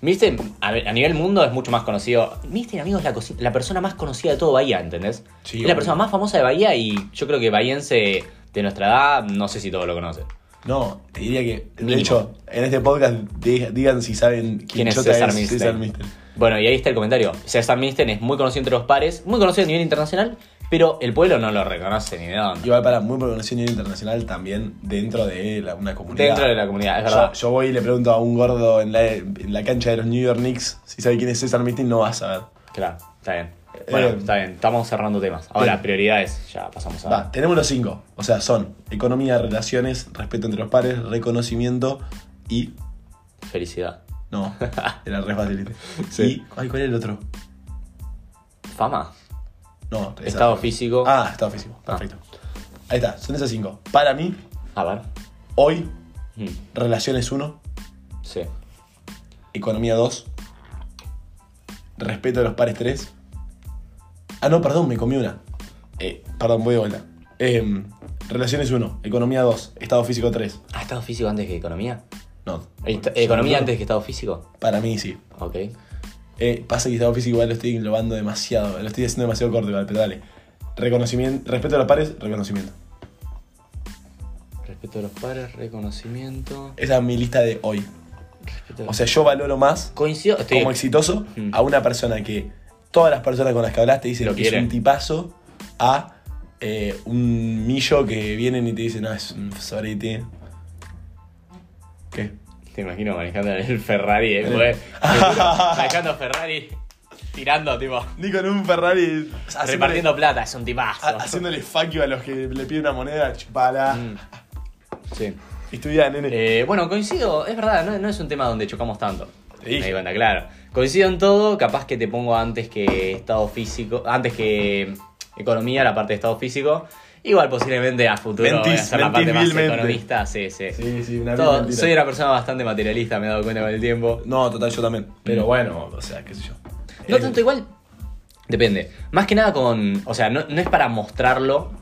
Speaker 2: Milstein, a, ver, a nivel mundo, es mucho más conocido. Milstein, amigo, es la, cosi- la persona más conocida de todo Bahía, ¿entendés?
Speaker 1: Sí,
Speaker 2: es
Speaker 1: obvio.
Speaker 2: la persona más famosa de Bahía y yo creo que bahiense de nuestra edad, no sé si todos lo conocen.
Speaker 1: No, te diría que. De
Speaker 2: Mínimo.
Speaker 1: hecho, en este podcast di- digan si saben quién,
Speaker 2: ¿Quién es
Speaker 1: chota
Speaker 2: César Milstein?
Speaker 1: César Milstein.
Speaker 2: Bueno, y ahí está el comentario. César Milstein es muy conocido entre los pares, muy conocido a nivel internacional, pero el pueblo no lo reconoce ni de dónde.
Speaker 1: Igual para muy pronunciación internacional también dentro de la- una comunidad.
Speaker 2: Dentro de la comunidad, es
Speaker 1: Yo,
Speaker 2: verdad.
Speaker 1: yo voy y le pregunto a un gordo en la, en la cancha de los New York Knicks si sabe quién es César Milstein, no va a saber.
Speaker 2: Claro, está bien. Bueno,
Speaker 1: Eh,
Speaker 2: está bien, estamos cerrando temas. Ahora,
Speaker 1: bien.
Speaker 2: prioridades, ya pasamos a.
Speaker 1: Va, tenemos los cinco. O sea, son economía, relaciones, respeto entre los pares, reconocimiento y.
Speaker 2: Felicidad. [laughs]
Speaker 1: No, era re fácil. ¿viste?
Speaker 2: Sí.
Speaker 1: Y, ay, ¿cuál era el otro?
Speaker 2: Fama.
Speaker 1: No, esa-
Speaker 2: Estado físico.
Speaker 1: Ah, estado físico.
Speaker 2: Ah.
Speaker 1: Perfecto. Ahí está, son esos cinco. Para mí,
Speaker 2: A ver.
Speaker 1: hoy,
Speaker 2: Mm,
Speaker 1: relaciones uno,
Speaker 2: Sí.
Speaker 1: economía dos, respeto de los pares tres. Ah, no, perdón, me comí una.
Speaker 2: Eh,
Speaker 1: Perdón, voy de vuelta. Em, relaciones 1, economía 2, estado físico 3.
Speaker 2: ¿Ah, estado físico antes que economía?
Speaker 1: No.
Speaker 2: Est- ¿Economía antes que estado físico?
Speaker 1: Para mí sí.
Speaker 2: Ok.
Speaker 1: Eh, pasa que estado físico igual lo estoy englobando demasiado. Lo estoy haciendo demasiado corto igual, pero dale. Reconocimiento, respeto a los pares, reconocimiento.
Speaker 2: Respeto a los pares, reconocimiento.
Speaker 1: Esa es mi lista de hoy.
Speaker 2: Respeto a
Speaker 1: O sea, yo valoro más
Speaker 2: Coincido. Estoy...
Speaker 1: como exitoso
Speaker 2: Mm.
Speaker 1: a una persona que todas las personas con las que hablaste dicen
Speaker 2: Lo
Speaker 1: que
Speaker 2: quieren.
Speaker 1: es un tipazo a eh, un millo que vienen y te dicen, no, es un sorete. ¿Qué?
Speaker 2: Te imagino manejando el Ferrari, eh, güey.
Speaker 1: [laughs]
Speaker 2: manejando Ferrari, tirando, tipo.
Speaker 1: Ni con un Ferrari. haciéndole-
Speaker 2: repartiendo plata, es un
Speaker 1: ha-
Speaker 2: tipazo.
Speaker 1: haciéndole fuck you a los que le piden una moneda, chupala.
Speaker 2: Mm. Sí.
Speaker 1: Estudia, nene.
Speaker 2: Eh, bueno, coincido, es verdad, no, no es un tema donde chocamos tanto.
Speaker 1: Te dije.
Speaker 2: Me di cuenta, claro. Coincido en todo, capaz que te pongo antes que estado físico, antes que economía, la parte de estado físico. Igual posiblemente a futuro voy a
Speaker 1: Mentís,
Speaker 2: ser la
Speaker 1: mentís
Speaker 2: parte más
Speaker 1: vilmente.
Speaker 2: economista, sí, sí.
Speaker 1: sí, sí, una
Speaker 2: Todo-
Speaker 1: vil mentira.
Speaker 2: soy una persona bastante materialista, me he dado cuenta con el tiempo.
Speaker 1: No, total, yo también. Pero
Speaker 2: Mm.
Speaker 1: bueno, o sea, qué sé yo.
Speaker 2: No
Speaker 1: Eh,
Speaker 2: tanto igual. Depende. Más que nada con. O sea, no, no es para mostrarlo.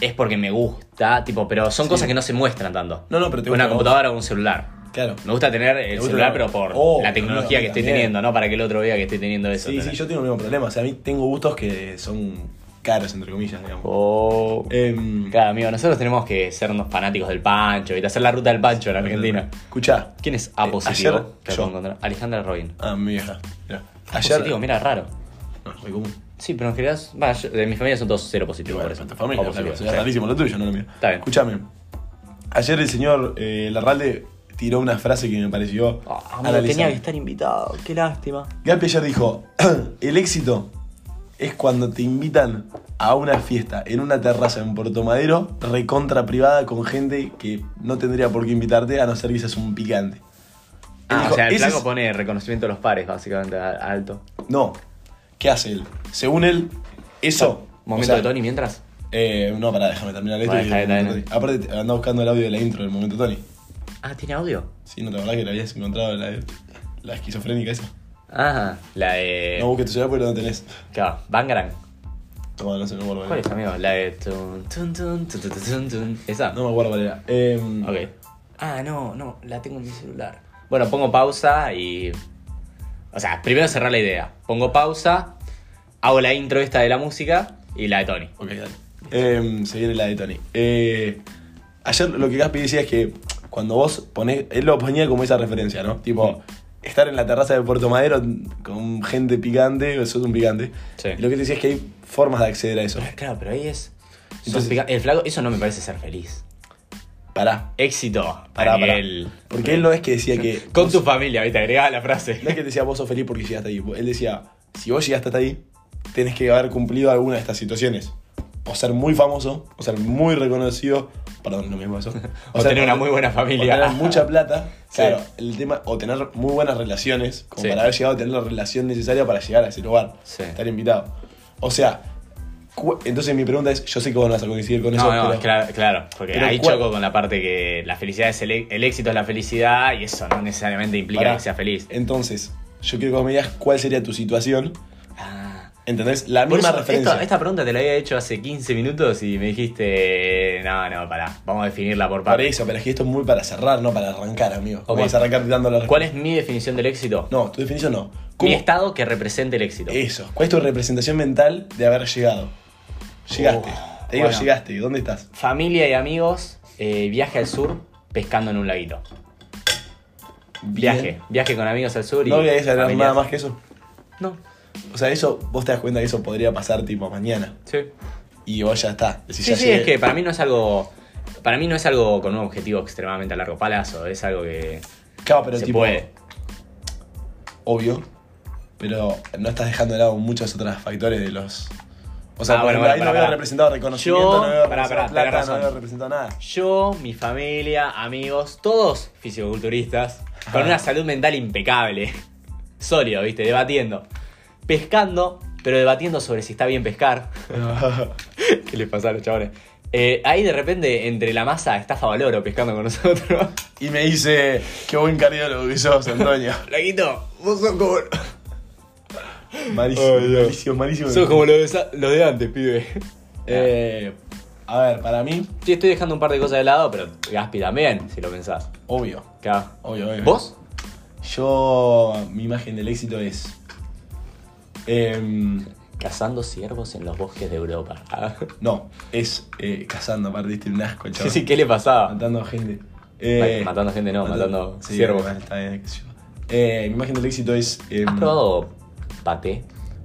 Speaker 2: Es porque me gusta. Tipo, pero son
Speaker 1: Sí.
Speaker 2: cosas que no se muestran tanto.
Speaker 1: No, no, pero te gusta a
Speaker 2: Una
Speaker 1: vos.
Speaker 2: computadora o un celular.
Speaker 1: Claro.
Speaker 2: Me gusta tener el
Speaker 1: gusta
Speaker 2: celular,
Speaker 1: la-
Speaker 2: pero por
Speaker 1: Oh,
Speaker 2: la tecnología
Speaker 1: claro,
Speaker 2: que estoy
Speaker 1: también.
Speaker 2: teniendo, ¿no? Para que el otro vea que estoy teniendo eso.
Speaker 1: Sí, sí,
Speaker 2: ¿entendés?
Speaker 1: yo tengo el mismo problema. O sea, a mí tengo gustos que son caros, entre comillas, digamos.
Speaker 2: Oh.
Speaker 1: Em,
Speaker 2: Claro, amigo, nosotros tenemos que sernos fanáticos del pancho, y hacer la ruta del pancho en Argentina.
Speaker 1: Escuchá.
Speaker 2: ¿Quién es A
Speaker 1: Eh,
Speaker 2: positivo?
Speaker 1: ayer,
Speaker 2: Que
Speaker 1: yo.
Speaker 2: puedo encontrar. Alejandra Robin.
Speaker 1: Ah, mi vieja. Mirá.
Speaker 2: A
Speaker 1: Ayer. Ah.
Speaker 2: positivo, mira, raro.
Speaker 1: No, es muy común.
Speaker 2: Sí, pero en general. va, yo- de mi familia son todos cero positivos.
Speaker 1: Igual,
Speaker 2: por eso.
Speaker 1: tu familia,
Speaker 2: A
Speaker 1: o sea,
Speaker 2: positivo,
Speaker 1: sería
Speaker 2: sí.
Speaker 1: rarísimo lo tuyo, no lo mío.
Speaker 2: Está bien.
Speaker 1: Escúchame. Ayer el señor eh, Larralde tiró una frase que me pareció.
Speaker 2: Ah, amigo,
Speaker 1: analizable.
Speaker 2: tenía que estar invitado, qué lástima.
Speaker 1: Gapi ayer dijo: [clears throat] El éxito es cuando te invitan a una fiesta en una terraza en Puerto Madero, recontra privada con gente que no tendría por qué invitarte a no ser que seas un picante. Él
Speaker 2: Ah,
Speaker 1: dijo,
Speaker 2: o sea, el
Speaker 1: "Ese
Speaker 2: flaco
Speaker 1: es-
Speaker 2: pone reconocimiento a los pares, básicamente, a- alto.
Speaker 1: No. ¿Qué hace él? Según él, eso. o
Speaker 2: Momento
Speaker 1: sea,
Speaker 2: de Tony mientras.
Speaker 1: Eh, no, pará, déjame terminar esto.
Speaker 2: Pará,
Speaker 1: y-
Speaker 2: dejá de terminar.
Speaker 1: Tony. Aparte, te- andá buscando el audio de la intro del momento Tony.
Speaker 2: Ah, ¿tiene audio?
Speaker 1: Sí, ¿no te acordás que la habías encontrado la, la esquizofrénica esa?
Speaker 2: Ah, la de.
Speaker 1: No busques tu celular porque no tenés.
Speaker 2: ¿Qué va? Bangarang.
Speaker 1: No, no sé, no me acuerdo.
Speaker 2: ¿Cuál es, amigo? La de. tun, tun, tun, tun, tun, tun, tun. ¿Esa?
Speaker 1: No me acuerdo cuál era. Eh,
Speaker 2: Ok. Ah, no, no, la tengo en mi celular. Bueno, pongo pausa y. O sea, primero cerrar la idea. Pongo pausa, hago la intro esta de la música y la de Tony.
Speaker 1: Ok, dale. Eh, se viene la de Tony. Eh, ayer lo que Gaspi decía es que cuando vos ponés. Él lo ponía como esa referencia, ¿no? Tipo, estar en la terraza de Puerto Madero con gente picante, sos un picante.
Speaker 2: Sí.
Speaker 1: Y lo que él decía es que hay formas de acceder a eso.
Speaker 2: Claro, pero ahí es. sos
Speaker 1: Entonces-
Speaker 2: pica- el flaco, eso no me parece ser feliz.
Speaker 1: Pará.
Speaker 2: Éxito.
Speaker 1: Pará,
Speaker 2: para
Speaker 1: pará.
Speaker 2: él.
Speaker 1: Porque él no es que decía que.
Speaker 2: [laughs] Con tu familia, viste, agregaba la frase.
Speaker 1: No es que te decía vos sos feliz porque llegaste ahí. Él decía, si vos llegaste hasta ahí, tenés que haber cumplido alguna de estas situaciones. O ser muy famoso, o ser muy reconocido. Perdón, lo mismo eso.
Speaker 2: [laughs] O tener una muy buena familia.
Speaker 1: O tener mucha
Speaker 2: [laughs]
Speaker 1: plata.
Speaker 2: Sí.
Speaker 1: Claro, el tema. O tener muy buenas relaciones. Como
Speaker 2: Sí.
Speaker 1: para haber llegado a tener la relación necesaria para llegar a ese lugar.
Speaker 2: Sí.
Speaker 1: Estar invitado. O sea, cu- entonces mi pregunta es: yo sé que vos no vas a coincidir con eso.
Speaker 2: [laughs] No, no,
Speaker 1: pero-
Speaker 2: claro, claro, porque
Speaker 1: pero
Speaker 2: ahí
Speaker 1: ¿cuál?
Speaker 2: choco con la parte que la felicidad es el, e- el éxito es la felicidad y eso no necesariamente implica
Speaker 1: Pará.
Speaker 2: que sea feliz.
Speaker 1: Entonces, yo quiero que vos me digas cuál sería tu situación
Speaker 2: Ah,
Speaker 1: ¿Entendés? La
Speaker 2: Por
Speaker 1: misma
Speaker 2: eso,
Speaker 1: referencia.
Speaker 2: esto- esta pregunta te la había hecho hace 15 minutos y me dijiste. No, no, pará. Vamos a definirla por
Speaker 1: Por
Speaker 2: partes.
Speaker 1: eso, pero es que esto es muy para cerrar, no para arrancar, amigo.
Speaker 2: Ok.
Speaker 1: Vamos a arrancar dando la
Speaker 2: ¿Cuál es mi definición del éxito?
Speaker 1: No, Eh. tu definición no.
Speaker 2: Mi estado que represente el éxito.
Speaker 1: Eso. ¿Cuál es tu representación mental de haber llegado? Llegaste.
Speaker 2: Oh,
Speaker 1: Te digo,
Speaker 2: bueno.
Speaker 1: llegaste. ¿Dónde estás?
Speaker 2: Familia y amigos, eh, viaje al sur pescando en un laguito. Viaje.
Speaker 1: Bien.
Speaker 2: Viaje con amigos al sur y.
Speaker 1: No voy a ganar
Speaker 2: familias.
Speaker 1: nada más que eso.
Speaker 2: No.
Speaker 1: O sea, eso, vos te das cuenta que eso podría pasar tipo mañana.
Speaker 2: Sí.
Speaker 1: Y vos ya está. Decís,
Speaker 2: sí,
Speaker 1: ya
Speaker 2: sí,
Speaker 1: llegué.
Speaker 2: es que para mí no es algo. Para mí no es algo con un objetivo extremadamente a largo plazo. Es algo que.
Speaker 1: Claro, pero
Speaker 2: se
Speaker 1: tipo.
Speaker 2: puede.
Speaker 1: Obvio. Pero no estás dejando de lado muchos otros factores de los. O sea,
Speaker 2: Ah,
Speaker 1: por
Speaker 2: bueno,
Speaker 1: ejemplo,
Speaker 2: bueno,
Speaker 1: ahí
Speaker 2: pará,
Speaker 1: no
Speaker 2: pará.
Speaker 1: había representado reconocimiento,
Speaker 2: Yo-
Speaker 1: no había
Speaker 2: pará,
Speaker 1: representado
Speaker 2: pará,
Speaker 1: plata,
Speaker 2: tenés
Speaker 1: no
Speaker 2: razón.
Speaker 1: había representado nada.
Speaker 2: Yo, mi familia, amigos, todos fisiculturistas, con
Speaker 1: Ah.
Speaker 2: una salud mental impecable. Sólido, viste, debatiendo. Pescando, pero debatiendo sobre si está bien pescar. [laughs] ¿Qué les pasa a los chavales? Eh, ahí de repente, entre la masa, está Favaloro pescando con [laughs] nosotros.
Speaker 1: y me dice, qué buen cardiólogo que sos, Antonio.
Speaker 2: Laguito, vos sos como.
Speaker 1: malísimo,
Speaker 2: [laughs] Ay, Dios.
Speaker 1: malísimo, malísimo.
Speaker 2: [laughs] Sos como los de, sa- los de antes, pibe.
Speaker 1: Eh, a ver, para mí,
Speaker 2: Sí, estoy dejando un par de cosas de lado, pero Gaspi también, si lo pensás.
Speaker 1: obvio.
Speaker 2: Claro.
Speaker 1: Obvio, obvio.
Speaker 2: ¿Vos?
Speaker 1: Yo, mi imagen del éxito es. em,
Speaker 2: Cazando ciervos en los bosques de Europa. [laughs] Ah.
Speaker 1: no, es eh, cazando, aparte, diste un asco,
Speaker 2: Sí,
Speaker 1: chaval.
Speaker 2: sí, ¿qué le pasaba?
Speaker 1: Matando gente. Eh,
Speaker 2: matando gente no, matando
Speaker 1: sí,
Speaker 2: ciervos.
Speaker 1: bueno, está bien, qué sé yo. Eh, mi imagen del éxito es. em,
Speaker 2: ¿Has probado paté?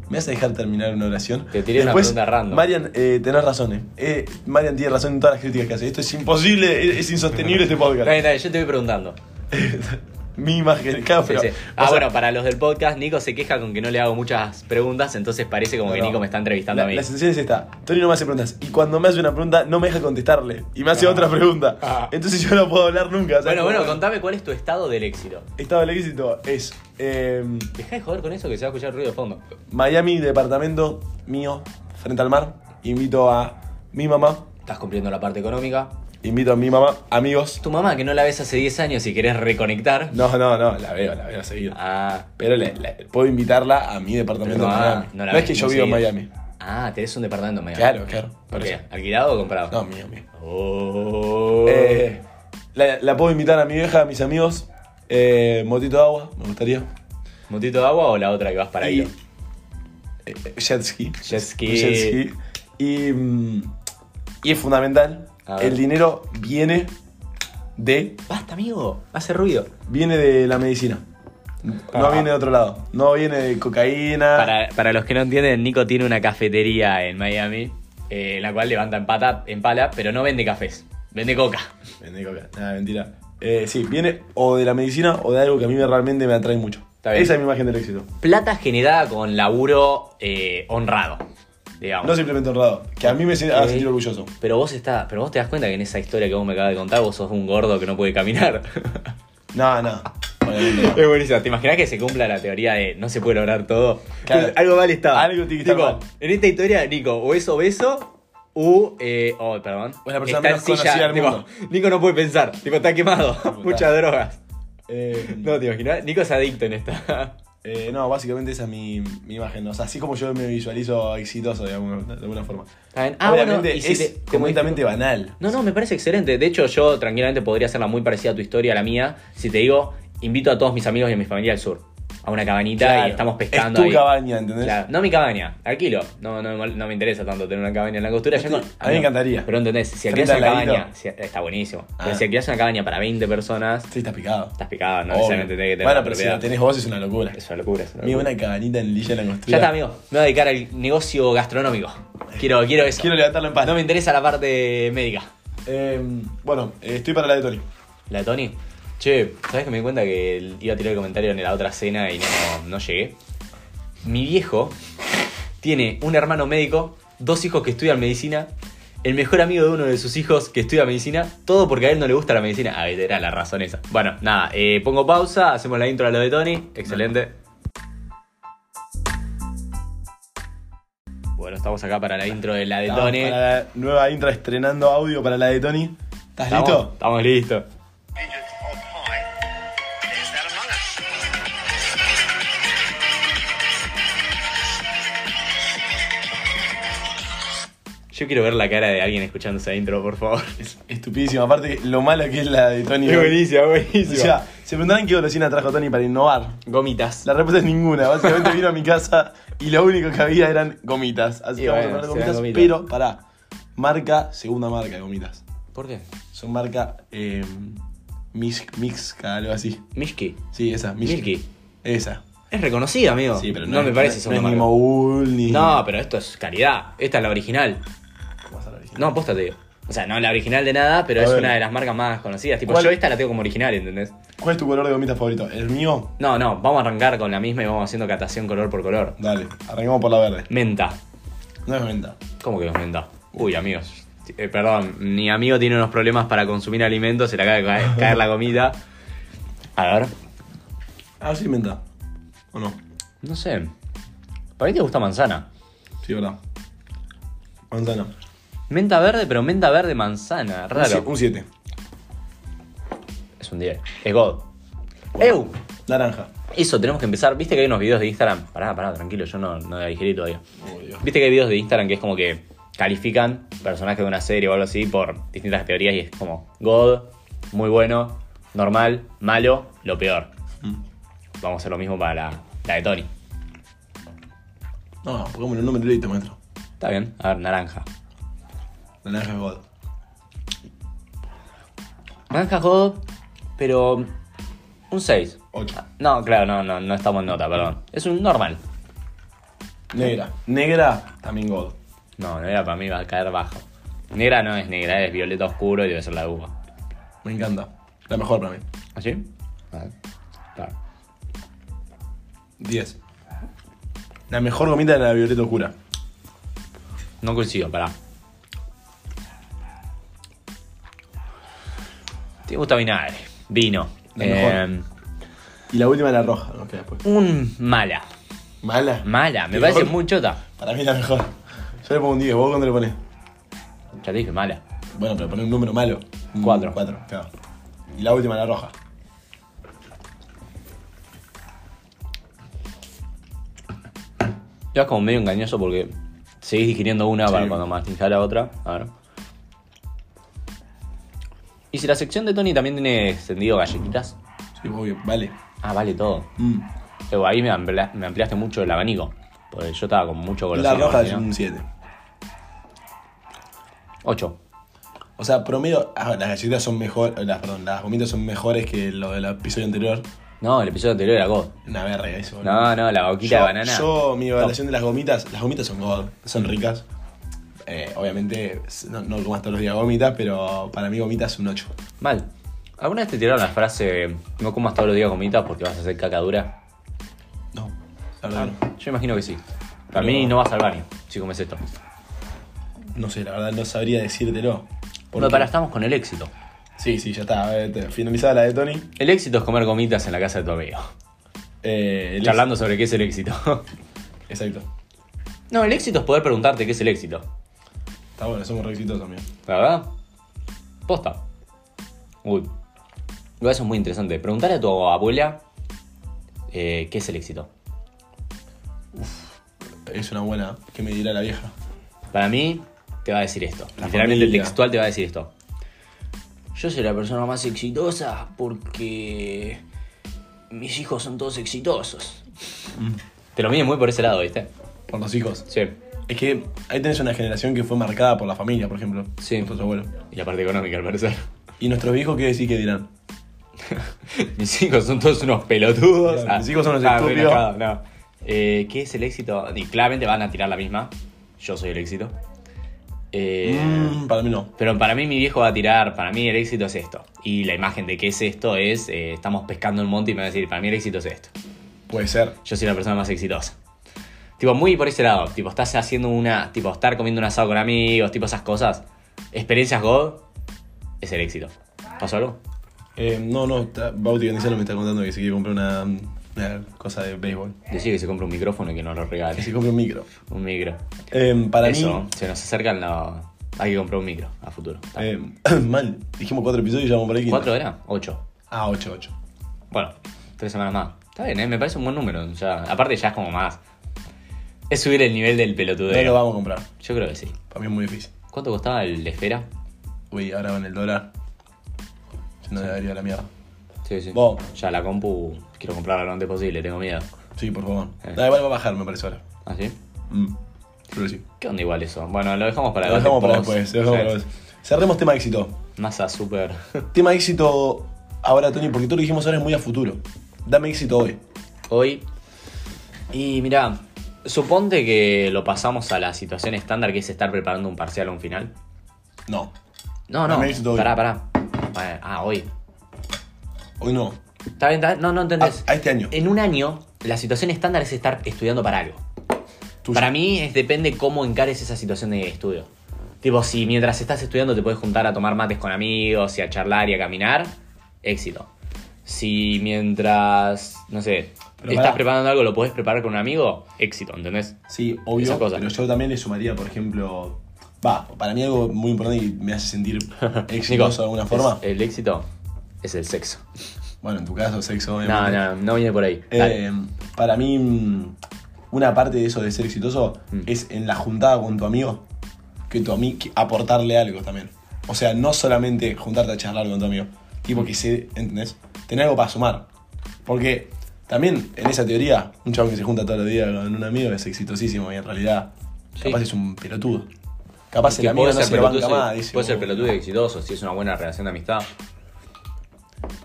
Speaker 1: ¿Me vas a dejar terminar una oración?
Speaker 2: Te tiré una
Speaker 1: Después,
Speaker 2: pregunta random.
Speaker 1: Marian, eh, tenés razón. eh. Eh, Marian tiene razón en todas las críticas que hace. Esto es imposible, es, es insostenible este
Speaker 2: Dale,
Speaker 1: podcast.
Speaker 2: dale, yo te voy preguntando.
Speaker 1: mi imagen, claro,
Speaker 2: Sí,
Speaker 1: pero,
Speaker 2: sí.
Speaker 1: o
Speaker 2: Ah,
Speaker 1: sea,
Speaker 2: bueno, para los del podcast, Nico se queja con que no le hago muchas preguntas, entonces parece como que
Speaker 1: No, no.
Speaker 2: Nico me está entrevistando
Speaker 1: La,
Speaker 2: a mí.
Speaker 1: la sensación es esta. Tony no me hace preguntas. Y cuando me hace una pregunta, no me deja contestarle. Y me hace otra pregunta.
Speaker 2: Ah.
Speaker 1: Entonces yo no puedo hablar nunca. o sea,
Speaker 2: Bueno,
Speaker 1: como-
Speaker 2: bueno, contame cuál es tu estado del éxito.
Speaker 1: Estado del éxito es eh,
Speaker 2: Dejá de joder con eso que se va a escuchar ruido de fondo.
Speaker 1: Miami, departamento mío, frente al mar. Invito a mi mamá.
Speaker 2: Estás cumpliendo la parte económica.
Speaker 1: Invito a mi mamá, amigos.
Speaker 2: Tu mamá, que no la ves hace 10 años y querés reconectar.
Speaker 1: No, no, no, la veo, la veo seguido.
Speaker 2: Ah,
Speaker 1: Pero le- le- puedo invitarla a mi departamento
Speaker 2: Pero
Speaker 1: en
Speaker 2: no,
Speaker 1: Miami. No,
Speaker 2: no la
Speaker 1: es que
Speaker 2: ves
Speaker 1: yo
Speaker 2: muy
Speaker 1: vivo en
Speaker 2: seguido.
Speaker 1: Miami.
Speaker 2: ah, tenés un departamento en Miami.
Speaker 1: Claro, claro. por
Speaker 2: Ok,
Speaker 1: eso.
Speaker 2: ¿Alquilado o comprado?
Speaker 1: No, mío, mío.
Speaker 2: Oh.
Speaker 1: Eh, la, la puedo invitar a mi vieja, a mis amigos. Eh, motito de agua, me gustaría.
Speaker 2: ¿Motito de agua o la otra que vas para ahí?
Speaker 1: Y- eh, eh, jet ski.
Speaker 2: Jet ski.
Speaker 1: Jet ski. Y, mm, y es fundamental.
Speaker 2: A ver.
Speaker 1: El dinero viene de,
Speaker 2: Basta, amigo. Hace ruido.
Speaker 1: viene de la medicina. No
Speaker 2: Ah.
Speaker 1: viene de otro lado. No viene de cocaína.
Speaker 2: Para, para los que no entienden, Nico tiene una cafetería en Miami, eh, en la cual levanta en, pata, en pala, pero no vende cafés. Vende coca. Ah,
Speaker 1: Viene de cocaína. Nada, mentira. Eh, sí, viene o de la medicina o de algo que a mí me- realmente me atrae mucho.
Speaker 2: Está bien.
Speaker 1: Esa es mi imagen del éxito.
Speaker 2: Plata generada con laburo eh, honrado, digamos.
Speaker 1: No simplemente honrado. Que a mí me hace
Speaker 2: Ok.
Speaker 1: sentir orgulloso.
Speaker 2: Pero vos está, pero vos te das cuenta que en esa historia que vos me acabas de contar, vos sos un gordo que no puede caminar. [laughs]
Speaker 1: No, no. Obviamente no.
Speaker 2: es buenísimo. ¿Te imaginas que se cumpla la teoría de no se puede lograr todo?
Speaker 1: Claro.
Speaker 2: Algo mal estaba.
Speaker 1: Algo tiene que estar
Speaker 2: Tipo,
Speaker 1: mal.
Speaker 2: En esta historia, Nico, o es obeso, u eh, oh, perdón.
Speaker 1: O es la persona
Speaker 2: está
Speaker 1: menos
Speaker 2: en silla,
Speaker 1: conocida del
Speaker 2: tipo,
Speaker 1: mundo.
Speaker 2: Nico no puede pensar. Tipo, está quemado. [laughs] Muchas drogas.
Speaker 1: Eh,
Speaker 2: No, te imaginas. Nico es adicto en esta.
Speaker 1: Eh, no, básicamente esa es mi, mi imagen. O sea, así como yo me visualizo exitoso de alguna, de alguna forma.
Speaker 2: Está bien. Ah,
Speaker 1: Obviamente
Speaker 2: bueno, y si
Speaker 1: es
Speaker 2: te- como
Speaker 1: completamente banal.
Speaker 2: No, no, me parece excelente. De hecho, yo tranquilamente podría hacerla muy parecida a tu historia, a la mía, si te digo, invito a todos mis amigos y a mi familia al sur. A una cabañita
Speaker 1: Claro,
Speaker 2: y estamos pescando.
Speaker 1: Es tu
Speaker 2: ahí.
Speaker 1: cabaña, ¿entendés?
Speaker 2: Claro, No mi cabaña, alquilo. No, no, me mol- no me interesa tanto tener una cabaña en la costura. Yo
Speaker 1: Sí,
Speaker 2: con-
Speaker 1: a mí me encantaría.
Speaker 2: Pero entendés, si
Speaker 1: Frente
Speaker 2: alquilas una
Speaker 1: al ladito.
Speaker 2: cabaña, si- eh, está buenísimo. Pero
Speaker 1: Ah.
Speaker 2: si alquilas una cabaña para 20 personas,
Speaker 1: Sí, estás picado.
Speaker 2: estás picado, no
Speaker 1: Obvio.
Speaker 2: necesariamente tenés que tener
Speaker 1: Bueno,
Speaker 2: la
Speaker 1: pero si
Speaker 2: propiedad.
Speaker 1: la tenés vos es una locura.
Speaker 2: Es una locura, es una
Speaker 1: Mira,
Speaker 2: locura.
Speaker 1: una cabañita en Lilla en la costura.
Speaker 2: Ya está, amigo. Me voy a dedicar al negocio gastronómico. Quiero, quiero eso.
Speaker 1: Quiero levantarlo en paz.
Speaker 2: No me interesa la parte médica.
Speaker 1: Eh, bueno, eh, estoy para la de Tony.
Speaker 2: La de Tony. Che, ¿sabes que me di cuenta que el- iba a tirar el comentario en la otra cena y no, no llegué? Mi viejo tiene un hermano médico, dos hijos que estudian medicina, el mejor amigo de uno de sus hijos que estudia medicina, todo porque a él no le gusta la medicina. A ver, era la razón esa. Bueno, nada, eh, pongo pausa, hacemos la intro a lo de Tony. Excelente. Bueno, estamos acá para la intro de la de
Speaker 1: Estamos
Speaker 2: Tony.
Speaker 1: Para la nueva intro estrenando audio para la de Tony. ¿Estás
Speaker 2: ¿Estamos?
Speaker 1: listo?
Speaker 2: Estamos listos.
Speaker 3: Agent of Pine. Is that among us?
Speaker 2: Yo quiero ver la cara de alguien escuchando esa intro, por favor. Es
Speaker 1: Estupidísimo. Aparte, lo mala que es la de Tony. hoy.
Speaker 2: buenísima,
Speaker 1: O
Speaker 2: buenísima.
Speaker 1: sea, se preguntarán qué golosina trajo Tony para innovar.
Speaker 2: Gomitas.
Speaker 1: La respuesta es ninguna. Básicamente vino a mi casa y lo único que había eran gomitas. Así
Speaker 2: Y
Speaker 1: que vamos a
Speaker 2: bueno,
Speaker 1: hablar de
Speaker 2: serán
Speaker 1: gomitas,
Speaker 2: gomitas.
Speaker 1: Pero, pará. Marca, segunda marca de gomitas.
Speaker 2: ¿Por qué?
Speaker 1: Son marca eh, Mix, Mixca, algo así.
Speaker 2: Mishki.
Speaker 1: Sí, esa. Mix-
Speaker 2: Milky.
Speaker 1: Esa.
Speaker 2: Es reconocida, amigo.
Speaker 1: Sí, pero no,
Speaker 2: no,
Speaker 1: es-
Speaker 2: me parece
Speaker 1: no, es
Speaker 2: segunda
Speaker 1: ni
Speaker 2: marca.
Speaker 1: Mogul ni.
Speaker 2: No, pero esto es calidad. Esta es la original.
Speaker 1: ¿Cómo vas a la original?
Speaker 2: No, aposta te digo. O sea, no la original de nada, pero
Speaker 1: A
Speaker 2: es
Speaker 1: ver.
Speaker 2: una de las marcas más conocidas. Tipo,
Speaker 1: ¿Cuál?
Speaker 2: yo esta la tengo como original, ¿entendés?
Speaker 1: ¿Cuál es tu color de gomitas favorito? ¿El mío?
Speaker 2: No, no, vamos a arrancar con la misma y vamos haciendo catación color por color.
Speaker 1: Dale, arrancamos por la verde.
Speaker 2: Menta.
Speaker 1: No es menta.
Speaker 2: ¿Cómo que no es menta? Uy, amigos. Eh, perdón, mi amigo tiene unos problemas para consumir alimentos, se le acaba de caer, caer la comida. A ver,
Speaker 1: Ah, sí, menta. ¿O no?
Speaker 2: no sé. Para mí te gusta manzana.
Speaker 1: Sí, verdad. Manzana. Un
Speaker 2: Menta verde, pero menta verde manzana.
Speaker 1: sie-
Speaker 2: Raro.
Speaker 1: Un 7.
Speaker 2: Es un 10. Es God. ¡Ew!
Speaker 1: Naranja.
Speaker 2: Eso, tenemos que empezar. Viste que hay unos videos de Instagram. Pará, pará, tranquilo, yo no, no la digerí todavía.
Speaker 1: Oh, Dios.
Speaker 2: Viste que hay videos de Instagram que es como que califican personajes de una serie o algo así por distintas teorías y es como God, muy bueno, normal, malo, lo peor.
Speaker 1: Mm.
Speaker 2: Vamos a hacer lo mismo para la, la de Tony.
Speaker 1: No, pongámosle un nombre directo, maestro.
Speaker 2: Está bien, a ver, naranja.
Speaker 1: Naranja es God.
Speaker 2: Naranja God, pero un 6.
Speaker 1: 8.
Speaker 2: No, claro, no, no, no estamos en nota, perdón. Es un normal.
Speaker 1: Negra. Negra, también God.
Speaker 2: No, negra para mí va a caer bajo. Negra no es negra, es violeta oscuro y debe ser la uva.
Speaker 1: Me encanta. La mejor para mí.
Speaker 2: ¿Así? Vale.
Speaker 1: 10. La mejor gomita de la violeta oscura.
Speaker 2: No coincido, pará. Te gusta vinagre. Vino.
Speaker 1: La
Speaker 2: Eh,
Speaker 1: Y la última la roja, no queda después.
Speaker 2: un mala.
Speaker 1: ¿Mala?
Speaker 2: Mala, me
Speaker 1: ¿Y
Speaker 2: parece
Speaker 1: mejor?
Speaker 2: muy chota.
Speaker 1: Para mí la mejor. Yo le pongo un 10, ¿vos cuándo le pones?
Speaker 2: Ya te dije mala.
Speaker 1: Bueno, pero poné un número malo. Un
Speaker 2: Cuatro.
Speaker 1: Cuatro, claro. Y la última la roja.
Speaker 2: Ya es como medio engañoso porque seguís digiriendo una
Speaker 1: Sí.
Speaker 2: para cuando masticás la otra. A ver. Y si la sección de Tony también tiene extendido galletitas.
Speaker 1: Sí, obvio, vale.
Speaker 2: Ah, vale todo.
Speaker 1: Mm.
Speaker 2: Evo, ahí me, amplia- me ampliaste mucho el abanico. Porque yo estaba con mucho
Speaker 1: La roja
Speaker 2: golosina.
Speaker 1: es
Speaker 2: golosina.
Speaker 1: un 7.
Speaker 2: Ocho.
Speaker 1: O sea, promedio, ah, las galletitas son mejor, las, perdón, las gomitas son mejores que lo del episodio anterior.
Speaker 2: No, el episodio anterior era God.
Speaker 1: Una verga eso. boludo.
Speaker 2: No, no, la boquita
Speaker 1: yo,
Speaker 2: de banana.
Speaker 1: Yo, mi evaluación de las gomitas, las gomitas son god, son ricas. Eh, obviamente, no, no comas todos los días gomitas, pero para mí gomitas es un 8.
Speaker 2: Mal. ¿Alguna vez te tiraron la frase no comas todos los días gomitas porque vas a hacer caca dura?
Speaker 1: No, la verdad no.
Speaker 2: Yo imagino que sí. Para
Speaker 1: Pero-
Speaker 2: mí no vas al baño si comes esto.
Speaker 1: No sé, la verdad no sabría decírtelo.
Speaker 2: Bueno,
Speaker 1: Porque-
Speaker 2: para estamos con el éxito.
Speaker 1: Sí, sí, ya está. A ver, te- Finalizada la de Tony.
Speaker 2: El éxito es comer gomitas en la casa de tu amigo.
Speaker 1: Eh, el
Speaker 2: Charlando sobre qué es el
Speaker 1: [laughs]
Speaker 2: éxito.
Speaker 1: éxito- Exacto.
Speaker 2: no, el éxito es poder preguntarte qué es el éxito.
Speaker 1: Está bueno, somos re exitosos también.
Speaker 2: ¿La verdad? Posta. Uy. Igual Eso es muy interesante. Preguntarle a tu abuela eh, qué es el éxito.
Speaker 1: Es una buena. ¿Qué me dirá la vieja?
Speaker 2: Para mí, te va a decir esto.
Speaker 1: La
Speaker 2: Literalmente el
Speaker 1: familia.
Speaker 2: textual te va a decir esto. Yo soy la persona más exitosa porque mis hijos son todos exitosos. Mm. Te lo miden muy por ese lado, ¿viste?
Speaker 1: Por los hijos.
Speaker 2: Sí.
Speaker 1: Es que ahí tenés una generación que fue marcada por la familia, por ejemplo.
Speaker 2: Sí.
Speaker 1: Nuestros abuelos.
Speaker 2: Y la parte económica, al parecer.
Speaker 1: ¿Y nuestros viejos qué decís que dirán?
Speaker 2: mis hijos son todos unos pelotudos. Ah,
Speaker 1: Claro, mis hijos son unos
Speaker 2: muy
Speaker 1: estúpidos.
Speaker 2: enojado, no. Eh, ¿Qué es el éxito? Y claramente van a tirar la misma. Yo soy el éxito. Eh,
Speaker 1: Mm, para mí no.
Speaker 2: Pero para mí mi viejo va a tirar, para mí el éxito es esto. Y la imagen de qué es esto es, eh, estamos pescando un monte y me va a decir, para mí el éxito es esto.
Speaker 1: Puede ser.
Speaker 2: Yo soy la persona más exitosa. Tipo, muy por ese lado, tipo, estás haciendo una, tipo, estar comiendo un asado con amigos, tipo esas cosas. Experiencias God es el éxito. ¿Pasó algo?
Speaker 1: Eh, no, no, está, Bauti Gonzalo me está contando que se quiere comprar una, una cosa de béisbol.
Speaker 2: Decir que se compra un micrófono y que nos lo
Speaker 1: Que se
Speaker 2: regale.
Speaker 1: compre un micro.
Speaker 2: Un micro.
Speaker 1: Eh, para
Speaker 2: Eso,
Speaker 1: mí.
Speaker 2: se nos acercan los... Hay que comprar un micro a futuro.
Speaker 1: eh, [coughs] mal, dijimos cuatro episodios y ya vamos por ahí. quinto.
Speaker 2: ¿Cuatro era? Ocho.
Speaker 1: Ah, ocho, ocho.
Speaker 2: Bueno, tres semanas más. Está bien, ¿eh? me parece un buen número. ya- aparte ya es como más. Es subir el nivel del
Speaker 1: No
Speaker 2: pelotudeo.
Speaker 1: lo vamos a comprar.
Speaker 2: Yo creo que sí.
Speaker 1: Para mí es muy difícil.
Speaker 2: ¿Cuánto costaba el de esfera?
Speaker 1: Uy, ahora con el dólar. Se nos debería la mierda.
Speaker 2: Sí, sí.
Speaker 1: Vos.
Speaker 2: Ya la compu quiero comprarla lo antes posible, tengo miedo.
Speaker 1: Sí, por favor.
Speaker 2: Eh.
Speaker 1: Da igual va a bajar, me parece ahora.
Speaker 2: ¿Ah, sí?
Speaker 1: Mm. Creo que sí.
Speaker 2: ¿Qué onda igual eso? Bueno, lo dejamos para
Speaker 1: Lo
Speaker 2: debate
Speaker 1: dejamos para
Speaker 2: post.
Speaker 1: después. lo dejamos
Speaker 2: Sí.
Speaker 1: para después. Cerremos tema éxito.
Speaker 2: Masa súper.
Speaker 1: Tema éxito ahora, Tony, porque todo lo que dijimos ahora es muy a futuro. Dame éxito hoy.
Speaker 2: Hoy. Y mira, suponte que lo pasamos a la situación estándar que es estar preparando un parcial o un final.
Speaker 1: No.
Speaker 2: No,
Speaker 1: No
Speaker 2: no.
Speaker 1: me dices hoy.
Speaker 2: Pará, pará. Bueno, Ah, hoy.
Speaker 1: Hoy no.
Speaker 2: ¿Está bien? está bien? No, no
Speaker 1: A,
Speaker 2: entendés.
Speaker 1: a este año.
Speaker 2: En un año, la situación estándar es estar estudiando para algo.
Speaker 1: Tuyo.
Speaker 2: Para mí es, depende cómo encares esa situación de estudio. Tipo, si mientras estás estudiando te puedes juntar a tomar mates con amigos y a charlar y a caminar, éxito. Si mientras, no sé,
Speaker 1: Pero
Speaker 2: estás
Speaker 1: pará.
Speaker 2: preparando algo, lo puedes preparar con un amigo, éxito, ¿entendés?
Speaker 1: Sí,
Speaker 2: Esas
Speaker 1: obvio.
Speaker 2: cosas.
Speaker 1: Pero yo también le sumaría, por ejemplo. Va, para mí algo muy importante y me hace
Speaker 2: [laughs]
Speaker 1: sentir exitoso de alguna
Speaker 2: es-
Speaker 1: forma.
Speaker 2: el éxito es el sexo.
Speaker 1: Bueno, en tu caso, sexo,
Speaker 2: No,
Speaker 1: obviamente.
Speaker 2: no, no viene por ahí. Dale.
Speaker 1: Eh, para mí, mm, una parte de eso de ser exitoso
Speaker 2: Mm.
Speaker 1: es en la juntada con tu amigo, que tu amigo aportarle algo también. O sea, no solamente juntarte a charlar con tu amigo,
Speaker 2: Mm.
Speaker 1: tipo que se, ¿entendés? Tener algo para sumar. Porque también en esa teoría, un chabón que se junta todos los días con un amigo es exitosísimo y en realidad
Speaker 2: Sí.
Speaker 1: capaz es un pelotudo. Capaz el
Speaker 2: Que
Speaker 1: amigo
Speaker 2: puede
Speaker 1: no
Speaker 2: ser
Speaker 1: se lo banca
Speaker 2: pelotudo,
Speaker 1: más. dice,
Speaker 2: puede ser
Speaker 1: "Oh".
Speaker 2: pelotudo y exitoso si es una buena relación de amistad.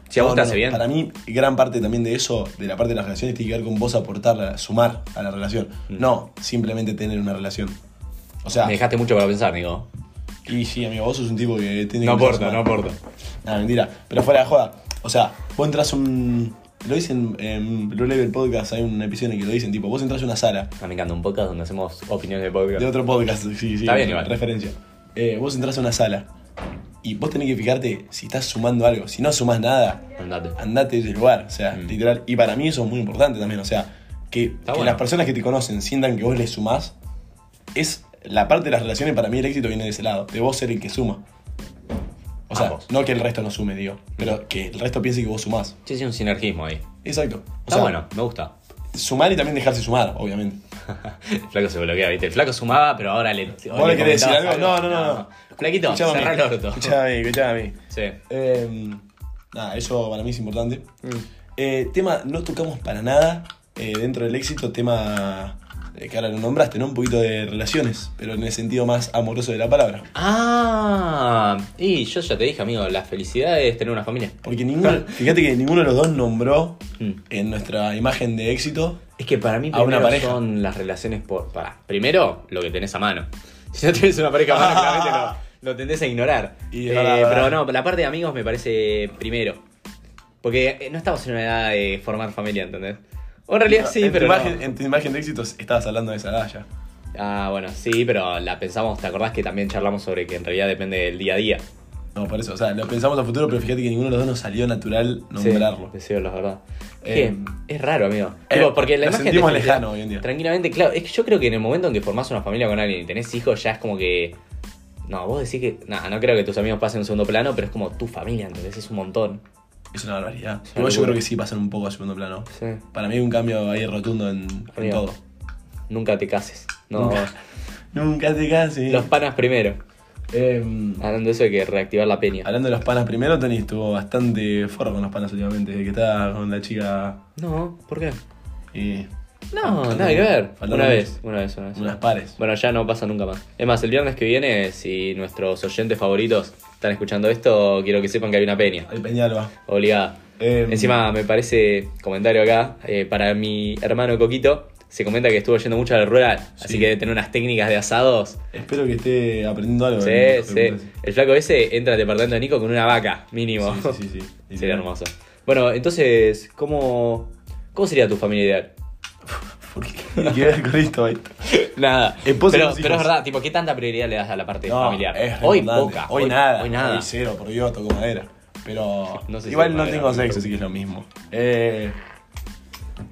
Speaker 2: Si a
Speaker 1: No,
Speaker 2: vos te
Speaker 1: no,
Speaker 2: hace
Speaker 1: no.
Speaker 2: bien.
Speaker 1: Para mí, gran parte también de eso, de la parte de las relaciones, tiene que ver con vos aportar, a- sumar a la relación.
Speaker 2: Mm.
Speaker 1: No simplemente tener una relación. O sea,
Speaker 2: Me dejaste mucho para pensar, Nico.
Speaker 1: y sí, amigo, vos sos un tipo que tiene
Speaker 2: No
Speaker 1: que
Speaker 2: aporta,
Speaker 1: sumar.
Speaker 2: no aporta.
Speaker 1: Nah, mentira. Pero fuera de joda. O sea, vos entras un. Lo dicen en Blue Level Podcast, hay un episodio en el que lo dicen, tipo, vos entras a una sala
Speaker 2: Ah, me encanta un podcast donde hacemos opiniones de
Speaker 1: de
Speaker 2: podcast.
Speaker 1: otro podcast, [laughs] sí, sí,
Speaker 2: Está bien,
Speaker 1: una
Speaker 2: igual.
Speaker 1: referencia. Eh, vos entras a una sala y vos tenés que fijarte si estás sumando algo. Si no sumás nada,
Speaker 2: Andate.
Speaker 1: andate del lugar, o sea, literal. Y para mí eso es muy importante también, o sea, que, que
Speaker 2: Mm. bueno.
Speaker 1: las personas que te conocen sientan que vos les sumás, es la parte de las relaciones, para mí el éxito viene de ese lado, de vos ser el que suma. O sea,
Speaker 2: Ambos.
Speaker 1: no que el resto no sume, digo, pero que el resto piense que vos sumás.
Speaker 2: Sí, sí, un sinergismo ahí.
Speaker 1: Exacto. O
Speaker 2: Está
Speaker 1: sea,
Speaker 2: bueno, me gusta.
Speaker 1: Sumar y también dejarse sumar, obviamente.
Speaker 2: El flaco se bloquea, ¿viste? El flaco sumaba, pero ahora le.
Speaker 1: ¿Vos le querés decir
Speaker 2: comentabas
Speaker 1: algo? No, no, no. no.
Speaker 2: Flaquito,
Speaker 1: Escuchame a mí.
Speaker 2: cerrá el orto.
Speaker 1: Escuchame a mí, escuchame a mí.
Speaker 2: Sí.
Speaker 1: Eh, nada, eso para mí es importante.
Speaker 2: Mm.
Speaker 1: Eh, tema, no tocamos para nada eh, dentro del éxito, tema eh, que ahora lo nombraste, ¿no? Un poquito de relaciones, pero en el sentido más amoroso de la palabra.
Speaker 2: Ah, y yo ya te dije, amigo, la felicidad es tener una familia.
Speaker 1: Porque ninguno, fíjate que ninguno de los dos nombró
Speaker 2: Mm.
Speaker 1: en nuestra imagen de éxito.
Speaker 2: Es que para mí
Speaker 1: A una
Speaker 2: primero
Speaker 1: pareja.
Speaker 2: son las relaciones por. Pará. Primero, lo que tenés a mano. [laughs] Si no tenés una pareja
Speaker 1: [laughs]
Speaker 2: a mano, claramente
Speaker 1: Ah.
Speaker 2: lo, lo tendés a ignorar.
Speaker 1: Y
Speaker 2: Eh,
Speaker 1: es verdad,
Speaker 2: pero
Speaker 1: verdad.
Speaker 2: no, la parte de amigos me parece primero. Porque eh, no estamos en una edad de formar familia, ¿entendés? O en realidad sí,
Speaker 1: en
Speaker 2: pero.
Speaker 1: Tu
Speaker 2: no.
Speaker 1: imagen, En tu imagen de éxito estabas hablando de esa edad ya.
Speaker 2: Ah, bueno, sí, pero la pensamos, ¿te acordás que también charlamos sobre que en realidad depende del día a día?
Speaker 1: No, por eso, o sea, lo pensamos a futuro, pero fíjate que ninguno de los dos nos salió natural
Speaker 2: Sí,
Speaker 1: nombrarlo.
Speaker 2: deseo, la verdad. Es,
Speaker 1: Eh,
Speaker 2: que es raro, amigo.
Speaker 1: eh,
Speaker 2: Tipo, porque la
Speaker 1: lo
Speaker 2: imagen de
Speaker 1: sentimos
Speaker 2: felicidad-
Speaker 1: lejano hoy en día.
Speaker 2: Tranquilamente, claro. Es que yo creo que en el momento en que formás una familia con alguien y tenés hijos, ya es como que. No, vos decís que. No, no creo que tus amigos pasen en segundo plano, pero es como tu familia, entonces es un montón.
Speaker 1: Es una barbaridad.
Speaker 2: una
Speaker 1: Igual yo
Speaker 2: locura.
Speaker 1: creo que sí pasan un poco a segundo plano.
Speaker 2: Sí.
Speaker 1: Para mí hay un cambio ahí rotundo en, en
Speaker 2: Amigo.
Speaker 1: todo.
Speaker 2: Nunca te cases. No.
Speaker 1: Nunca te cases.
Speaker 2: [laughs] Los panas primero.
Speaker 1: Em,
Speaker 2: Hablando de eso de que reactivar la peña.
Speaker 1: hablando de los panas primero, Tony estuvo bastante forro con los panas últimamente. Desde que estaba con la chica
Speaker 2: No, ¿por qué?
Speaker 1: y
Speaker 2: No,
Speaker 1: Faltaron-
Speaker 2: nada que ver.
Speaker 1: faltaron
Speaker 2: Una vez,
Speaker 1: unos-
Speaker 2: una vez, una vez.
Speaker 1: unas pares.
Speaker 2: Bueno, ya no pasa nunca más. Es más, el viernes que viene, si nuestros oyentes favoritos están escuchando esto, quiero que sepan que hay una peña.
Speaker 1: Ay, Peñalba.
Speaker 2: Obligada.
Speaker 1: Em,
Speaker 2: Encima me parece, comentario acá, eh, para mi hermano Coquito, se comenta que estuvo yendo mucho al rural, así
Speaker 1: Sí. Ah,
Speaker 2: que debe tener unas técnicas de asados.
Speaker 1: Espero que esté aprendiendo algo. ¿eh?
Speaker 2: Sí,
Speaker 1: del-
Speaker 2: sí. El flaco ese entra al departamento de Nico con una vaca, mínimo.
Speaker 1: Sí, sí, sí, sí.
Speaker 2: [laughs] Sería hermoso. Bueno, entonces, ¿cómo, ¿cómo sería tu familia ideal?
Speaker 1: ¿Por qué [laughs] tiene que ver con esto? esto?
Speaker 2: Nada. Pero,
Speaker 1: Esposa y dos
Speaker 2: pero es
Speaker 1: hijos.
Speaker 2: verdad, tipo, ¿qué tanta prioridad le das a la parte
Speaker 1: No,
Speaker 2: este, familiar?
Speaker 1: es
Speaker 2: hoy
Speaker 1: redundante.
Speaker 2: poca.
Speaker 1: Hoy, nada.
Speaker 2: Hoy nada.
Speaker 1: Hoy cero, por Dios, toco madera. Pero
Speaker 2: [laughs] No sé si
Speaker 1: igual
Speaker 2: es
Speaker 1: no
Speaker 2: madera,
Speaker 1: tengo
Speaker 2: no me
Speaker 1: sexo, así que es lo mismo. Eh,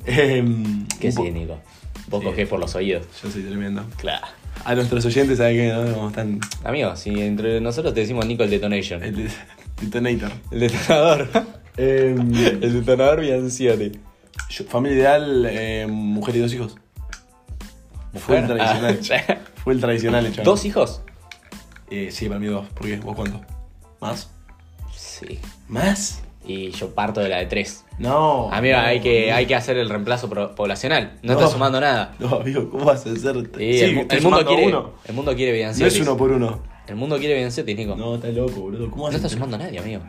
Speaker 1: em,
Speaker 2: que
Speaker 1: un po-
Speaker 2: sí, Nico. Vos
Speaker 1: Sí.
Speaker 2: cogés por los oídos.
Speaker 1: Yo soy tremendo.
Speaker 2: Claro.
Speaker 1: A nuestros oyentes saben que no Como están.
Speaker 2: Amigo, si entre nosotros te decimos Nico el detonation.
Speaker 1: El de- detonator.
Speaker 2: El detonador.
Speaker 1: [laughs] Em,
Speaker 2: [laughs] El detonador Biancioni.
Speaker 1: yo- familia ideal, em, mujer y dos hijos. Full
Speaker 2: mujer.
Speaker 1: tradicional.
Speaker 2: Ah, [laughs]
Speaker 1: Full tradicional, chaval.
Speaker 2: ¿Dos hijos?
Speaker 1: Eh, sí, para mí dos. ¿Por qué? ¿Vos cuánto? ¿Más?
Speaker 2: Sí.
Speaker 1: ¿Más?
Speaker 2: Y yo parto de la de tres.
Speaker 1: No.
Speaker 2: Amigo,
Speaker 1: no,
Speaker 2: hay que,
Speaker 1: no.
Speaker 2: hay que hacer el reemplazo pro- poblacional. No,
Speaker 1: No.
Speaker 2: está sumando nada.
Speaker 1: No, amigo, ¿cómo vas a hacer?
Speaker 2: Y el, mu-
Speaker 1: estoy
Speaker 2: el mundo
Speaker 1: sumando
Speaker 2: quiere,
Speaker 1: uno.
Speaker 2: el mundo quiere
Speaker 1: No
Speaker 2: Beyoncé.
Speaker 1: es uno por uno.
Speaker 2: El mundo quiere Beyoncé, Nico. No,
Speaker 1: No, está loco, boludo. ¿Cómo vas a
Speaker 2: está
Speaker 1: hacer?
Speaker 2: sumando nadie, amigo.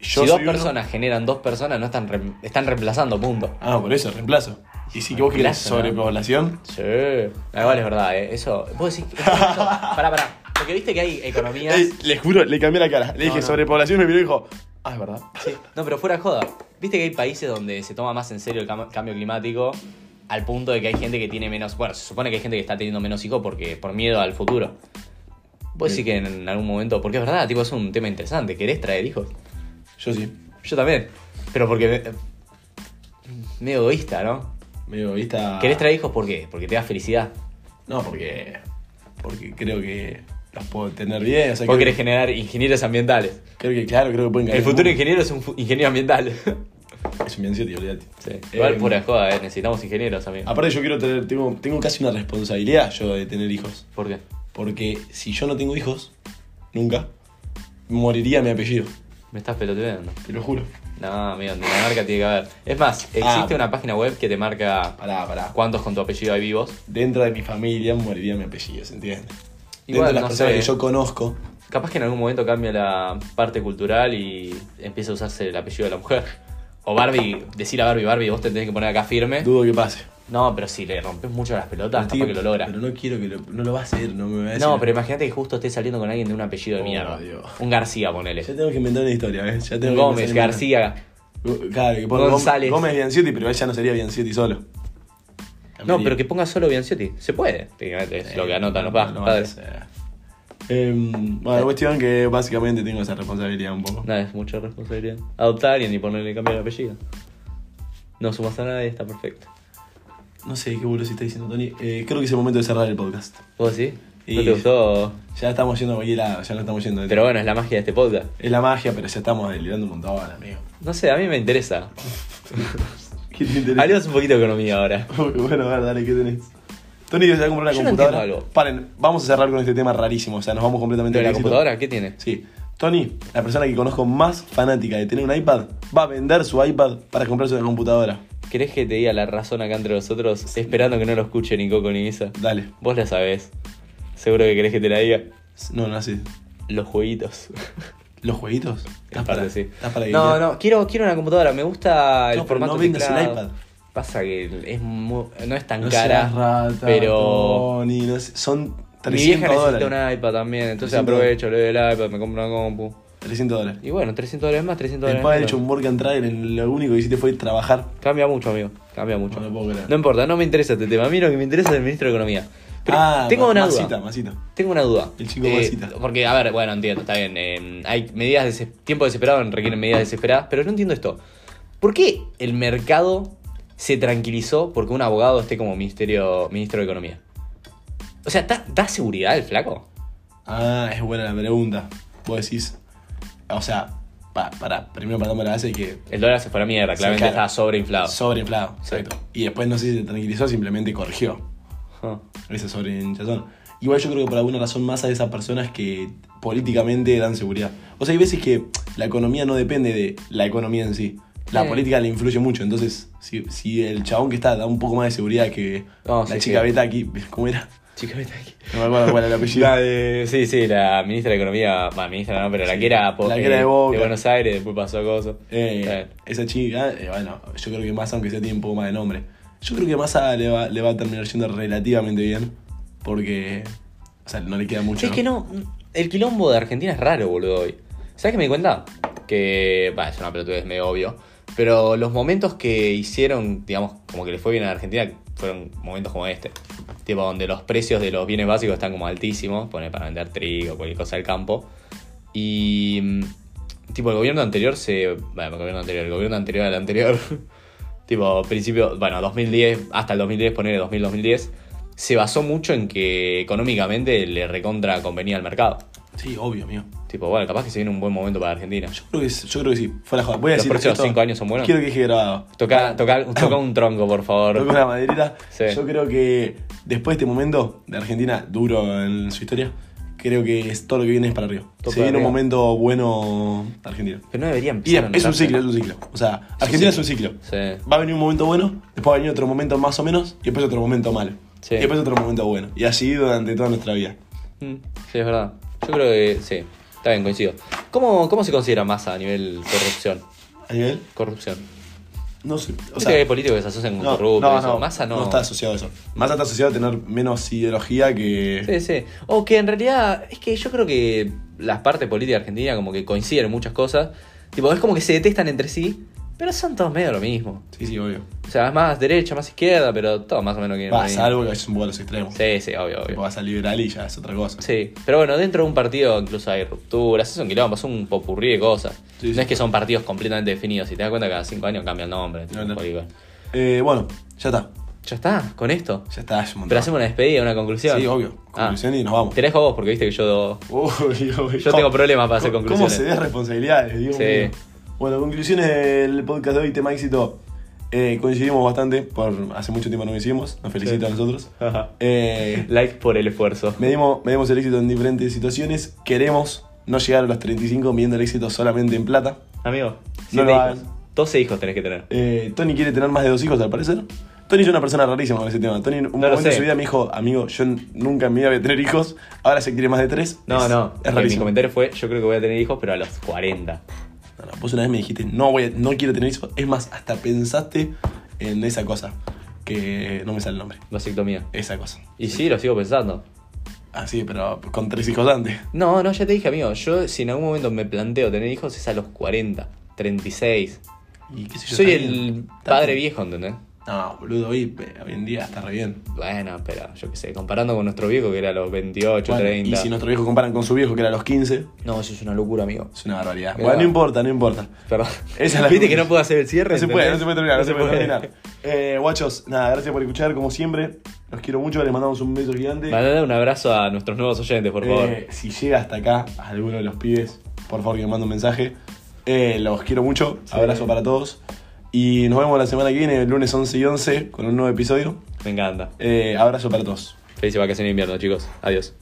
Speaker 1: Yo
Speaker 2: si dos
Speaker 1: soy uno.
Speaker 2: personas generan dos personas, no están, rem- están reemplazando, punto.
Speaker 1: Ah, por eso, reemplazo. Y si que vos querés
Speaker 2: Reemplazo, ¿no?
Speaker 1: sobrepoblación.
Speaker 2: Sí. Igual es verdad, ¿eh? Eso. Vos decís. eso-
Speaker 1: [laughs]
Speaker 2: Pará, pará. Porque viste que hay economías.
Speaker 1: Ey, Eh, le juro, le cambié la cara. Le
Speaker 2: No,
Speaker 1: dije
Speaker 2: no.
Speaker 1: sobrepoblación, me miró y dijo, ah, es verdad.
Speaker 2: Sí. No, pero fuera de joda. Viste que hay países donde se toma más en serio el cam- cambio climático al punto de que hay gente que tiene menos. Bueno, se supone que hay gente que está teniendo menos hijos porque por miedo al futuro. Vos
Speaker 1: Sí.
Speaker 2: decís que en algún momento. Porque es verdad, tipo, es un tema interesante. ¿Querés traer hijos?
Speaker 1: Yo sí.
Speaker 2: Yo también. Pero porque. me- medio egoísta, ¿no?
Speaker 1: Medio vista.
Speaker 2: ¿Querés traer hijos por qué? Porque te da felicidad.
Speaker 1: No, porque. Porque creo que los puedo tener bien. O sea,
Speaker 2: Vos
Speaker 1: creo,
Speaker 2: querés generar ingenieros ambientales.
Speaker 1: creo que, claro, creo que pueden
Speaker 2: El
Speaker 1: cambiar
Speaker 2: futuro
Speaker 1: mundo.
Speaker 2: ingeniero es un fu- ingeniero ambiental.
Speaker 1: Es un bien cierto, olvídate.
Speaker 2: Sí. Igual
Speaker 1: Eh,
Speaker 2: fuera de joda, ¿eh? Necesitamos ingenieros, amigo.
Speaker 1: Aparte, yo quiero tener. Tengo, tengo casi una responsabilidad yo de tener hijos.
Speaker 2: ¿Por qué?
Speaker 1: Porque si yo no tengo hijos, nunca, moriría mi apellido.
Speaker 2: Me estás peloteando.
Speaker 1: Te lo juro.
Speaker 2: No, amigo, en Dinamarca tiene que haber. Es más, existe
Speaker 1: Ah.
Speaker 2: una página web que te marca
Speaker 1: Pará, pará.
Speaker 2: cuántos con tu apellido hay vivos.
Speaker 1: Dentro de mi familia moriría mi apellido, ¿se entiende? Dentro
Speaker 2: Igual,
Speaker 1: de las
Speaker 2: no
Speaker 1: personas
Speaker 2: sé.
Speaker 1: que yo conozco.
Speaker 2: Capaz que en algún momento cambia la parte cultural y empieza a usarse el apellido de la mujer. O Barbie, decir a Barbie, Barbie, vos te tenés que poner acá firme.
Speaker 1: Dudo que
Speaker 2: [laughs]
Speaker 1: pase.
Speaker 2: No, pero si le rompes mucho las pelotas,
Speaker 1: Estoy-
Speaker 2: capaz que lo logra.
Speaker 1: Pero no quiero que lo, no lo va a hacer, no me va a decir.
Speaker 2: No, pero imagínate que justo estés saliendo con alguien de un apellido de
Speaker 1: Oh,
Speaker 2: mierda.
Speaker 1: Dios.
Speaker 2: Un García, ponele.
Speaker 1: Ya tengo que inventar una historia, ¿ves? Ya tengo que
Speaker 2: Gómez,
Speaker 1: empezar a inventar.
Speaker 2: García.
Speaker 1: Go- Claro, que pongo
Speaker 2: González.
Speaker 1: Gómez, Gómez Bianciotti, pero él ya no sería Bianciotti solo.
Speaker 2: No, pero que ponga solo Bianciotti. Se puede. técnicamente, Es lo que anotan los pa-
Speaker 1: No, no va a
Speaker 2: padres.
Speaker 1: ser. Em, bueno, la cuestión que básicamente tengo esa responsabilidad un poco.
Speaker 2: Nada, es mucha responsabilidad. Adoptar y ni ponerle cambiar el apellido. No sumas a nadie, está perfecto.
Speaker 1: No sé qué boludo está diciendo Tony. Eh, creo que es el momento de cerrar el podcast.
Speaker 2: ¿Vos sí? ¿No
Speaker 1: Y-
Speaker 2: te gustó?
Speaker 1: Ya estamos yendo a cualquier lado, ya no estamos yendo.
Speaker 2: Pero bueno, es la magia de este podcast.
Speaker 1: Es la magia, pero ya estamos delirando un montón,
Speaker 2: [laughs]
Speaker 1: amigo.
Speaker 2: No sé, a mí me interesa.
Speaker 1: ¿Qué te interesa?
Speaker 2: Hablemos un poquito de economía ahora.
Speaker 1: [laughs] Bueno, a ver, dale, ¿qué tenés? Tony se va a comprar una
Speaker 2: Yo no
Speaker 1: computadora.
Speaker 2: entiendo algo.
Speaker 1: Paren, vamos a cerrar con este tema rarísimo, o sea, nos vamos completamente
Speaker 2: ¿De
Speaker 1: al
Speaker 2: la
Speaker 1: éxito.
Speaker 2: computadora? ¿Qué tiene?
Speaker 1: Sí. Tony, la persona que conozco más fanática de tener un iPad, va a vender su iPad para comprarse una computadora.
Speaker 2: ¿Querés que te diga la razón acá entre nosotros? Esperando que no lo escuche ni Coco ni Isa.
Speaker 1: Dale.
Speaker 2: Vos la sabés. Seguro que querés que te la diga.
Speaker 1: No, no así.
Speaker 2: Los jueguitos.
Speaker 1: ¿Los jueguitos?
Speaker 2: [laughs] En parte sí.
Speaker 1: ¿Estás para
Speaker 2: no,
Speaker 1: guiar?
Speaker 2: no, quiero, quiero una computadora. Me gusta el
Speaker 1: No, pero
Speaker 2: formato
Speaker 1: no vendas un
Speaker 2: teclado.
Speaker 1: iPad.
Speaker 2: Pasa que es mu- no es tan
Speaker 1: No
Speaker 2: cara.
Speaker 1: seas rata,
Speaker 2: pero
Speaker 1: Tony, no sé- son 300
Speaker 2: mi vieja necesita
Speaker 1: dólares.
Speaker 2: un iPad también. Entonces
Speaker 1: 300
Speaker 2: aprovecho, le doy el iPad, me compro una compu.
Speaker 1: 300 dólares.
Speaker 2: Y bueno, 300 dólares más, 300
Speaker 1: El
Speaker 2: dólares
Speaker 1: padre ha
Speaker 2: más.
Speaker 1: hecho un work and trial en lo único que hiciste fue trabajar.
Speaker 2: Cambia mucho, amigo. Cambia mucho.
Speaker 1: No lo puedo creer.
Speaker 2: No importa, no me interesa este tema. A mí lo que me interesa es el ministro de Economía. Pero
Speaker 1: ah,
Speaker 2: tengo
Speaker 1: ma-
Speaker 2: una duda.
Speaker 1: masita, masita.
Speaker 2: Tengo una duda. Eh,
Speaker 1: El chico Masita.
Speaker 2: Porque, a ver, bueno, entiendo, está bien. eh, hay medidas de tiempo desesperado, requieren medidas desesperadas, pero no entiendo esto. ¿Por qué el mercado se tranquilizó porque un abogado esté como ministerio, ministro de Economía? O sea, ¿da, da seguridad el flaco?
Speaker 1: Ah, es buena la pregunta. Vos decís. O sea, pa- para, primero partamos de la base que
Speaker 2: El dólar se fue a la mierda, claramente
Speaker 1: claro.
Speaker 2: estaba sobreinflado.
Speaker 1: sobreinflado.
Speaker 2: Sí.
Speaker 1: Exacto. Y después no sé si se tranquilizó, simplemente corrigió
Speaker 2: Ah.
Speaker 1: esa sobreinflación. Igual yo creo que por alguna razón más a esas personas que políticamente dan seguridad. O sea, hay veces que la economía no depende de la economía en sí. La
Speaker 2: Sí.
Speaker 1: política le influye mucho. Entonces, si, si el chabón que está da un poco más de seguridad que
Speaker 2: No,
Speaker 1: la
Speaker 2: sí,
Speaker 1: chica
Speaker 2: sí.
Speaker 1: beta aquí, [laughs] ¿cómo era?
Speaker 2: Chica, vete aquí.
Speaker 1: No me acuerdo cuál era el apellido.
Speaker 2: La de- sí, sí, la ministra de Economía, bueno, ministra no, pero la que era, po-
Speaker 1: La que era
Speaker 2: eh,
Speaker 1: de Boca.
Speaker 2: Buenos Aires, después pasó cosas. Está
Speaker 1: Eh,
Speaker 2: bien.
Speaker 1: esa chica, eh, bueno, yo creo que Massa, aunque sea tiene un poco más de nombre, yo creo que Massa le va, le va a terminar yendo relativamente bien. Porque, o sea, no le queda mucho.
Speaker 2: Es que no, el quilombo de Argentina es raro, boludo, hoy. ¿Sabes qué me di cuenta? Que, va, es una pelotudez medio obvio, pero los momentos que hicieron, digamos, como que le fue bien a Argentina, fueron momentos como este. Tipo, donde los precios de los bienes básicos están como altísimos, poner para vender trigo, cualquier cosa del campo. Y, mm, tipo, el gobierno anterior se... Bueno, el gobierno anterior, el gobierno anterior al anterior. [laughs] tipo, principio, bueno, 2010, hasta el 2010, poner 2000-2010, se basó mucho en que económicamente le recontra convenía al mercado.
Speaker 1: Sí, obvio, mío.
Speaker 2: Tipo, bueno, capaz que se viene un buen momento para Argentina.
Speaker 1: Yo creo que, yo creo que sí. Fuera joda. Voy a
Speaker 2: Los
Speaker 1: decir
Speaker 2: próximos
Speaker 1: esto.
Speaker 2: cinco años son buenos.
Speaker 1: Quiero que deje grabado.
Speaker 2: Toca, toca, toca un tronco, por favor.
Speaker 1: Toco una maderita.
Speaker 2: Sí.
Speaker 1: Yo creo que después de este momento de Argentina, duro en su historia, creo que es todo lo que viene es para arriba.
Speaker 2: Todo
Speaker 1: Se
Speaker 2: para
Speaker 1: viene un
Speaker 2: arriba.
Speaker 1: momento bueno de Argentina.
Speaker 2: Pero no debería
Speaker 1: Y
Speaker 2: empezar.
Speaker 1: es,
Speaker 2: a
Speaker 1: es un
Speaker 2: notarse,
Speaker 1: ciclo, es
Speaker 2: ¿no?
Speaker 1: un ciclo. O sea, Argentina es un ciclo.
Speaker 2: Sí.
Speaker 1: Va a venir un momento bueno, después va a venir otro momento más o menos, y después otro momento malo.
Speaker 2: Sí.
Speaker 1: Y después otro momento bueno. Y así durante toda nuestra vida.
Speaker 2: Mm, Sí, es verdad. Yo creo que sí. Está bien, coincido. ¿Cómo, cómo se considera masa a nivel corrupción?
Speaker 1: A nivel,
Speaker 2: Corrupción.
Speaker 1: no sé. O
Speaker 2: ¿Viste
Speaker 1: sea,
Speaker 2: que hay políticos que se asocian con corruptos? y eso? Massa no.
Speaker 1: está asociado a eso. Massa está asociado a tener menos ideología que.
Speaker 2: Sí, sí. O que en realidad, es que yo creo que las partes políticas argentinas como que coinciden en muchas cosas. Tipo, es como que se detestan entre sí, pero son todos medio lo mismo.
Speaker 1: Sí, sí, obvio.
Speaker 2: O sea, es más derecha, más izquierda, pero todo más o menos que...
Speaker 1: Va, salvo que es un poco a los extremos.
Speaker 2: Sí, sí, obvio,
Speaker 1: Tipo,
Speaker 2: obvio.
Speaker 1: vas a liberal y ya es otra cosa.
Speaker 2: Sí, pero bueno, dentro de un partido incluso hay rupturas, es un quilombo, es un popurrí de cosas.
Speaker 1: Sí,
Speaker 2: no
Speaker 1: sí.
Speaker 2: es que son partidos completamente definidos, si te das cuenta cada cinco años cambia el nombre.
Speaker 1: No, no.
Speaker 2: político.
Speaker 1: Eh, bueno, ya está.
Speaker 2: Ya está, con esto.
Speaker 1: Ya está, es un montón.
Speaker 2: Pero hacemos una despedida, una Ah. conclusión.
Speaker 1: Sí, obvio. Conclusión y nos vamos.
Speaker 2: Te la dejo a vos porque viste que yo...
Speaker 1: Uy, uy,
Speaker 2: Yo
Speaker 1: ¿cómo-
Speaker 2: tengo problemas para hacer
Speaker 1: cómo-
Speaker 2: conclusiones.
Speaker 1: ¿Cómo se ve responsabilidades? Dios
Speaker 2: Sí.
Speaker 1: mío. Bueno, conclusiones del podcast de hoy, tema éxito. Eh, coincidimos bastante, por hace mucho tiempo no lo hicimos, nos felicito a nosotros. Eh,
Speaker 2: Like por el esfuerzo.
Speaker 1: medimos, medimos el éxito en diferentes situaciones, queremos no llegar a los 35 midiendo el éxito solamente en plata.
Speaker 2: Amigo,
Speaker 1: No
Speaker 2: no
Speaker 1: lo
Speaker 2: hijos.
Speaker 1: hagan.
Speaker 2: 12 hijos tenés que tener.
Speaker 1: Eh, Tony quiere tener más de dos hijos, al parecer. Tony es una persona rarísima con ese tema. Tony, en un
Speaker 2: No lo
Speaker 1: momento de
Speaker 2: sé.
Speaker 1: su vida me dijo, amigo, yo n- nunca en mi vida voy a tener hijos, ahora se quiere más de tres.
Speaker 2: No,
Speaker 1: Es-
Speaker 2: no.
Speaker 1: Es
Speaker 2: mi
Speaker 1: rarísimo.
Speaker 2: comentario fue, yo creo que voy a tener hijos, pero a los 40.
Speaker 1: No, no, vos una vez me dijiste, no, voy a- no quiero tener hijos. Es más, hasta pensaste en esa cosa, que no me sale el nombre.
Speaker 2: Vasectomía.
Speaker 1: Esa cosa.
Speaker 2: Y sí, lo sigo pensando.
Speaker 1: Ah, sí, pero con tres hijos antes.
Speaker 2: No, no, ya te dije, amigo. Yo, si en algún momento me planteo tener hijos, es a los 40, 36.
Speaker 1: Y qué sé yo,
Speaker 2: Soy
Speaker 1: está
Speaker 2: el
Speaker 1: bien. Está
Speaker 2: padre
Speaker 1: bien.
Speaker 2: viejo, ¿entendés?
Speaker 1: No, boludo, hoy, eh, hoy en día está re bien.
Speaker 2: Bueno, pero yo qué sé, comparando con nuestro viejo que era a los 28,
Speaker 1: Bueno,
Speaker 2: 30.
Speaker 1: y si nuestro viejo comparan con su viejo, que era a los 15,
Speaker 2: No, eso es una locura, amigo.
Speaker 1: es una barbaridad.
Speaker 2: Mirá.
Speaker 1: Bueno, no importa, no importa.
Speaker 2: Perdón.
Speaker 1: Esa es la
Speaker 2: Viste que
Speaker 1: conclusión.
Speaker 2: no puedo hacer el cierre.
Speaker 1: No se puede, no se puede terminar, no se puede terminar.
Speaker 2: terminar.
Speaker 1: Eh, guachos, nada, gracias por escuchar, como siempre. Los quiero mucho, les mandamos un beso gigante.
Speaker 2: Mandale un abrazo a nuestros nuevos oyentes, por favor.
Speaker 1: Eh, si llega hasta acá alguno de los pibes, por favor que me mande un mensaje. Eh, los quiero mucho. Abrazo para todos. Y nos vemos la semana que viene, el lunes 11 y 11, con un nuevo episodio.
Speaker 2: Me encanta.
Speaker 1: Eh, abrazo para todos.
Speaker 2: Felices vacaciones de invierno, chicos. Adiós.